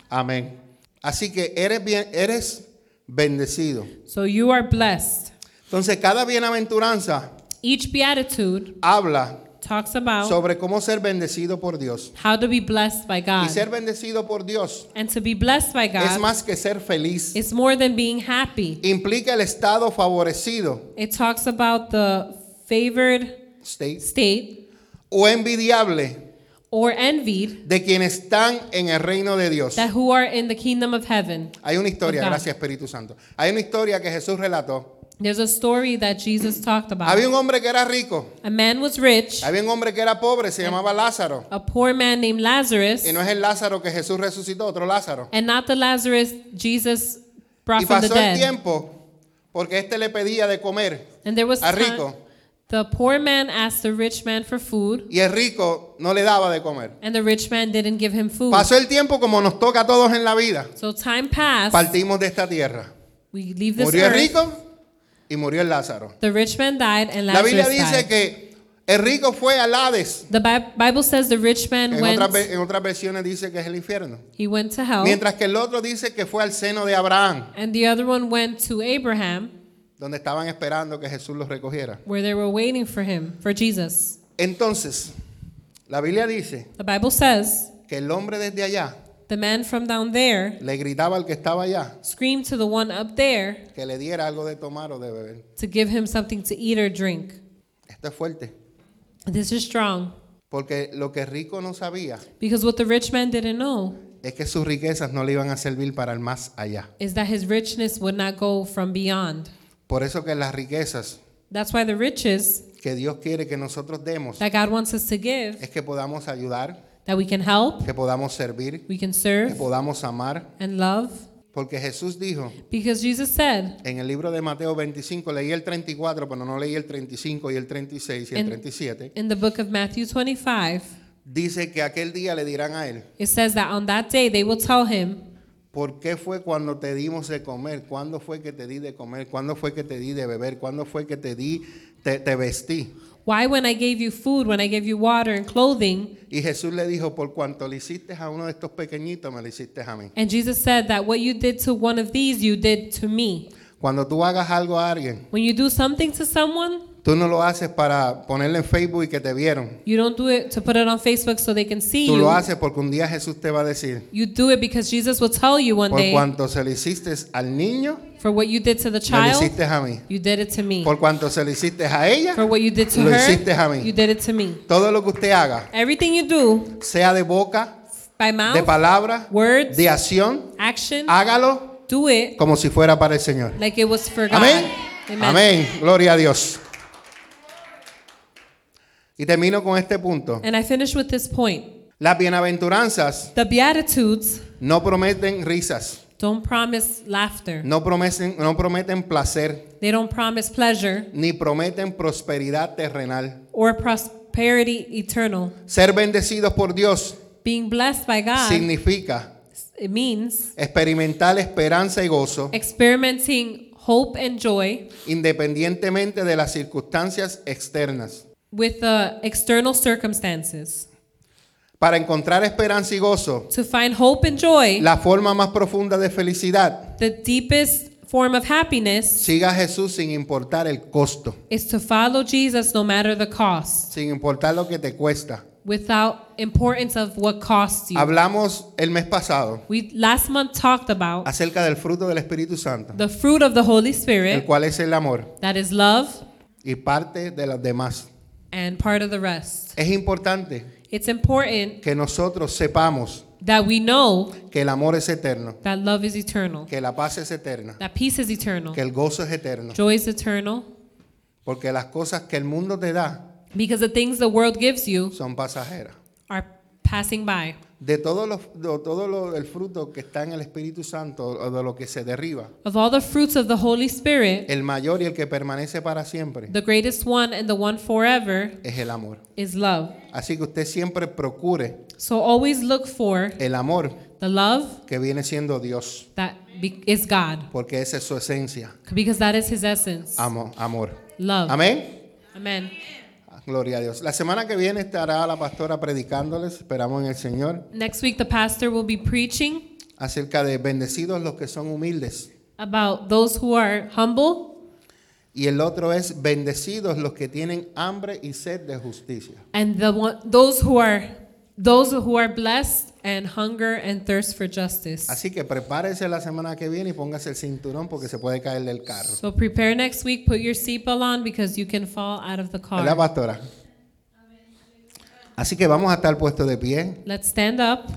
A: Amén. Así que eres bien, eres bendecido.
B: So you are blessed.
A: Entonces cada bienaventuranza
B: Each beatitude
A: habla
B: talks about
A: sobre cómo ser bendecido por Dios.
B: how to be blessed by
A: Y
B: God.
A: ser bendecido por Dios
B: And to be blessed by
A: es
B: God
A: más que ser feliz.
B: is more than being happy.
A: Implica el estado favorecido,
B: It talks about the favored
A: state,
B: state
A: o envidiable
B: or envied
A: de quienes están en el reino de Dios.
B: that who are in the kingdom of heaven.
A: Hay una historia,
B: Verdad.
A: gracias Espíritu Santo. Hay una historia que Jesús relató
B: There's a story that Jesus talked about.
A: Había un hombre que era rico,
B: A man was rich,
A: había un hombre que era pobre, se llamaba Lázaro.
B: a poor man named Lazarus,
A: Y no es el Lázaro que Jesús resucitó, otro Lázaro.
B: and not the Lazarus Jesus brought
A: Y
B: from the
A: pasó el
B: dead.
A: tiempo porque este le pedía de comer.
B: and there was
A: a
B: time-
A: rico.
B: the poor man asked the rich man for food,
A: Y el rico no le daba de comer.
B: and the rich man didn't give him food.
A: Pasó el tiempo como nos toca a todos en la vida.
B: so time passed.
A: Partimos de esta tierra.
B: we leave this
A: Murió el
B: earth.
A: rico y murió el Lázaro.
B: The rich man died, and
A: La
B: Lazarus
A: Biblia dice
B: died.
A: que el rico fue al Hades.
B: the Bi- Bible says the rich man
A: En
B: went.
A: otras, ve- en otras versiones dice que es el infierno.
B: he went to hell,
A: Mientras que el otro dice que fue al seno de Abraham,
B: and the other one went to Abraham,
A: donde estaban esperando que Jesús los recogiera.
B: where they were waiting for him, for Jesus.
A: Entonces, la Biblia dice
B: The Bible says
A: que el hombre desde allá
B: the man from down there
A: le gritaba al que estaba allá
B: screamed to the one up there
A: que le diera algo de tomar o de beber.
B: to give him something to eat or drink.
A: Esto es fuerte,
B: This is strong
A: porque lo que el rico no sabía
B: because what the rich man didn't know
A: es que sus riquezas no le iban a servir para el más allá.
B: is that his richness would not go from beyond.
A: Por eso que las riquezas
B: That's why the riches
A: que Dios quiere que nosotros demos
B: that God wants us to give,
A: es que podamos ayudar,
B: that we can help,
A: que podamos servir,
B: we can
A: que
B: serve
A: podamos amar,
B: and love,
A: porque Jesús dijo
B: because Jesus said,
A: en el libro de Mateo 25, leí el 34, pero no leí el 35 y el 36 y el
B: En-
A: 37,
B: in the book of Matthew 25,
A: dice que aquel día le dirán a él,
B: it says that on that day they will tell him,
A: ¿Por qué fue cuando te dimos de comer? ¿Cuándo fue que te di de comer? ¿Cuándo fue que te di de beber? ¿Cuándo fue que te di, te, te vestí?
B: Why, when I gave you food, when I gave you water and clothing,
A: Y Jesús le dijo, por cuanto le hiciste a uno de estos pequeñitos, me lo hiciste a mí.
B: And Jesus said that what you did to one of these, you did to me.
A: Cuando tú hagas algo a alguien,
B: When you do something to someone,
A: tú no lo haces para ponerle en Facebook y que te vieron.
B: you don't do it to put it on Facebook so they can see
A: Tú
B: you.
A: lo haces porque un día Jesús te va a decir,
B: You do it because Jesus will tell you one
A: por
B: day,
A: cuanto se lo hiciste al niño,
B: for what you did to
A: me lo
B: the child,
A: hiciste a mí.
B: you did it to me.
A: Por cuanto se lo hiciste a ella,
B: For what you did to
A: lo hiciste a
B: her,
A: mí.
B: you did it to me.
A: todo lo que usted haga,
B: Everything you do,
A: sea de boca,
B: by
A: de
B: mouth,
A: palabra,
B: words,
A: de Ah. acción,
B: action,
A: hágalo
B: do it
A: como si fuera para el Señor.
B: like it was for God.
A: Amén. Amén. Gloria a Dios. Y termino con este punto.
B: And I finish with this point.
A: Las bienaventuranzas
B: The Beatitudes
A: no prometen risas,
B: don't promise laughter.
A: no prometen, no prometen placer,
B: They don't promise pleasure.
A: ni prometen prosperidad terrenal.
B: or prosperity eternal.
A: Ser bendecidos por Dios
B: Being blessed by God,
A: significa
B: it means
A: experimentar esperanza y gozo
B: experimenting hope and joy
A: independientemente de las circunstancias externas.
B: with the external circumstances.
A: Para encontrar esperanza y gozo,
B: To find hope and joy,
A: la forma más profunda de felicidad
B: the deepest form of happiness
A: Siga a Jesús sin importar el costo,
B: is to follow Jesus no matter the cost,
A: sin importar lo que te cuesta.
B: without importance of what costs you.
A: Hablamos el mes pasado
B: We last month talked about
A: acerca del fruto del Espíritu Santo,
B: the fruit of the Holy
A: el
B: Spirit,
A: cual es el amor
B: that is love
A: y parte de los demás.
B: and part of the rest.
A: Es importante
B: It's important
A: que nosotros sepamos
B: that we know
A: que el amor es eterno,
B: that love is eternal.
A: que la paz es eterna,
B: That peace is eternal.
A: que el gozo es eterno,
B: Joy is eternal.
A: porque las cosas que el mundo te da
B: Because the things the world gives you
A: son pasajeras.
B: are passing by.
A: De todo, lo, de todo lo- el fruto que está en el Espíritu Santo, o de lo que se derriba,
B: Of all the fruits of the Holy Spirit,
A: el mayor y el que permanece para siempre
B: the greatest one and the one forever
A: es el amor.
B: is love.
A: Así que usted siempre procure
B: So always look for
A: el amor
B: the love
A: que viene siendo Dios,
B: that be- is God,
A: porque esa es su esencia,
B: because that is His essence.
A: amo, amor.
B: Love.
A: Amén.
B: Amen.
A: Gloria a Dios. La semana que viene estará la pastora predicándoles, esperamos en el Señor,
B: Next week, the pastor will be preaching
A: acerca de bendecidos los que son humildes.
B: about those who are humble,
A: Y el otro es bendecidos los que tienen hambre y sed de justicia.
B: and the one, those who are those who are blessed and hunger and thirst for justice.
A: Así que prepárese la semana que viene y póngase el cinturón porque se puede caer del carro.
B: So prepare next week. Put your seatbelt on because you can fall out of the
A: ¿Verdad,
B: car.
A: pastora? Así que vamos a estar puestos de pie.
B: Let's stand up.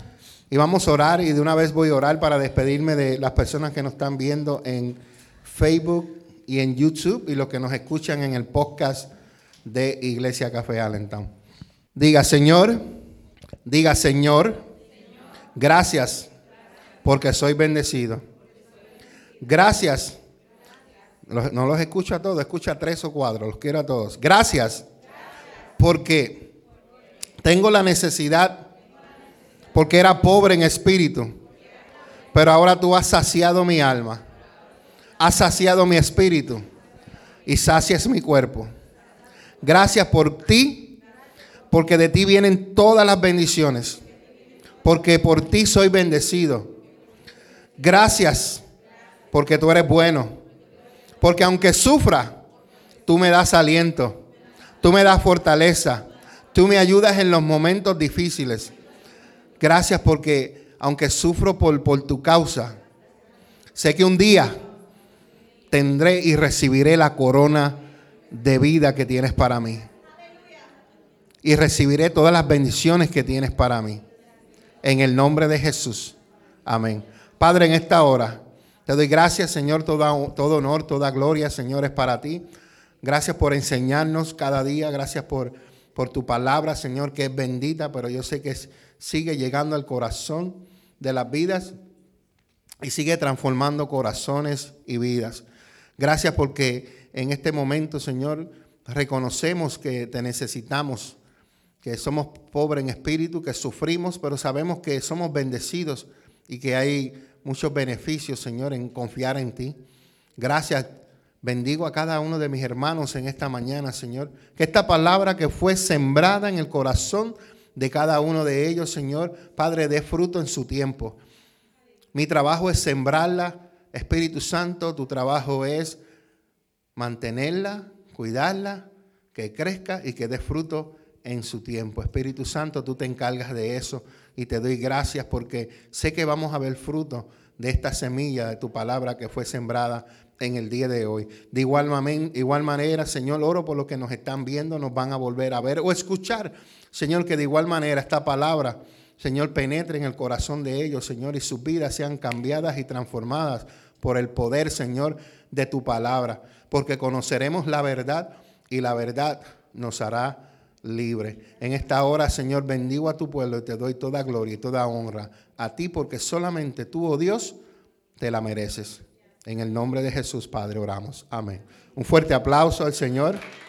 A: Y vamos a orar y de una vez voy a orar para despedirme de las personas que nos están viendo en Facebook, y en YouTube y los que nos escuchan en el podcast de Iglesia Café Allentown. Diga, Señor, diga, Señor, gracias porque soy bendecido. Gracias. Los- No los escucho a todos, escucho a tres o cuatro, los quiero a todos. Gracias porque tengo la necesidad, porque era pobre en espíritu, pero ahora tú has saciado mi alma, has saciado mi espíritu y sacias mi cuerpo. Gracias por ti, porque de ti vienen todas las bendiciones, porque por ti soy bendecido. Gracias, porque tú eres bueno, porque aunque sufra, tú me das aliento, tú me das fortaleza, tú me ayudas en los momentos difíciles. Gracias porque aunque sufro por, por tu causa, sé que un día tendré y recibiré la corona de vida que tienes para mí. Y recibiré todas las bendiciones que tienes para mí. En el nombre de Jesús. Amén. Padre, en esta hora te doy gracias, Señor, toda- todo honor, toda gloria, Señor, es para ti. Gracias por enseñarnos cada día. Gracias por, por tu palabra, Señor, que es bendita, pero yo sé que es- sigue llegando al corazón de las vidas y sigue transformando corazones y vidas. Gracias porque en este momento, Señor, reconocemos que te necesitamos, que somos pobres en espíritu, que sufrimos, pero sabemos que somos bendecidos y que hay muchos beneficios, Señor, en confiar en ti. Gracias. Bendigo a cada uno de mis hermanos en esta mañana, Señor. Que esta palabra que fue sembrada en el corazón de cada uno de ellos, Señor, Padre, dé fruto en su tiempo. Mi trabajo es sembrarla, Espíritu Santo, tu trabajo es mantenerla, cuidarla, que crezca y que dé fruto en su tiempo. Espíritu Santo, tú te encargas de eso y te doy gracias porque sé que vamos a ver fruto de esta semilla, de tu palabra que fue sembrada en el día de hoy. De igual, mamen- igual manera, Señor, oro por los que nos están viendo, nos van a volver a ver o escuchar. Señor, que de igual manera esta palabra, Señor, penetre en el corazón de ellos, Señor, y sus vidas sean cambiadas y transformadas por el poder, Señor, de tu palabra, porque conoceremos la verdad y la verdad nos hará libre. En esta hora, Señor, bendigo a tu pueblo y te doy toda gloria y toda honra a ti, porque solamente tú, oh Dios, te la mereces. En el nombre de Jesús, Padre, oramos. Amén. Un fuerte aplauso al Señor.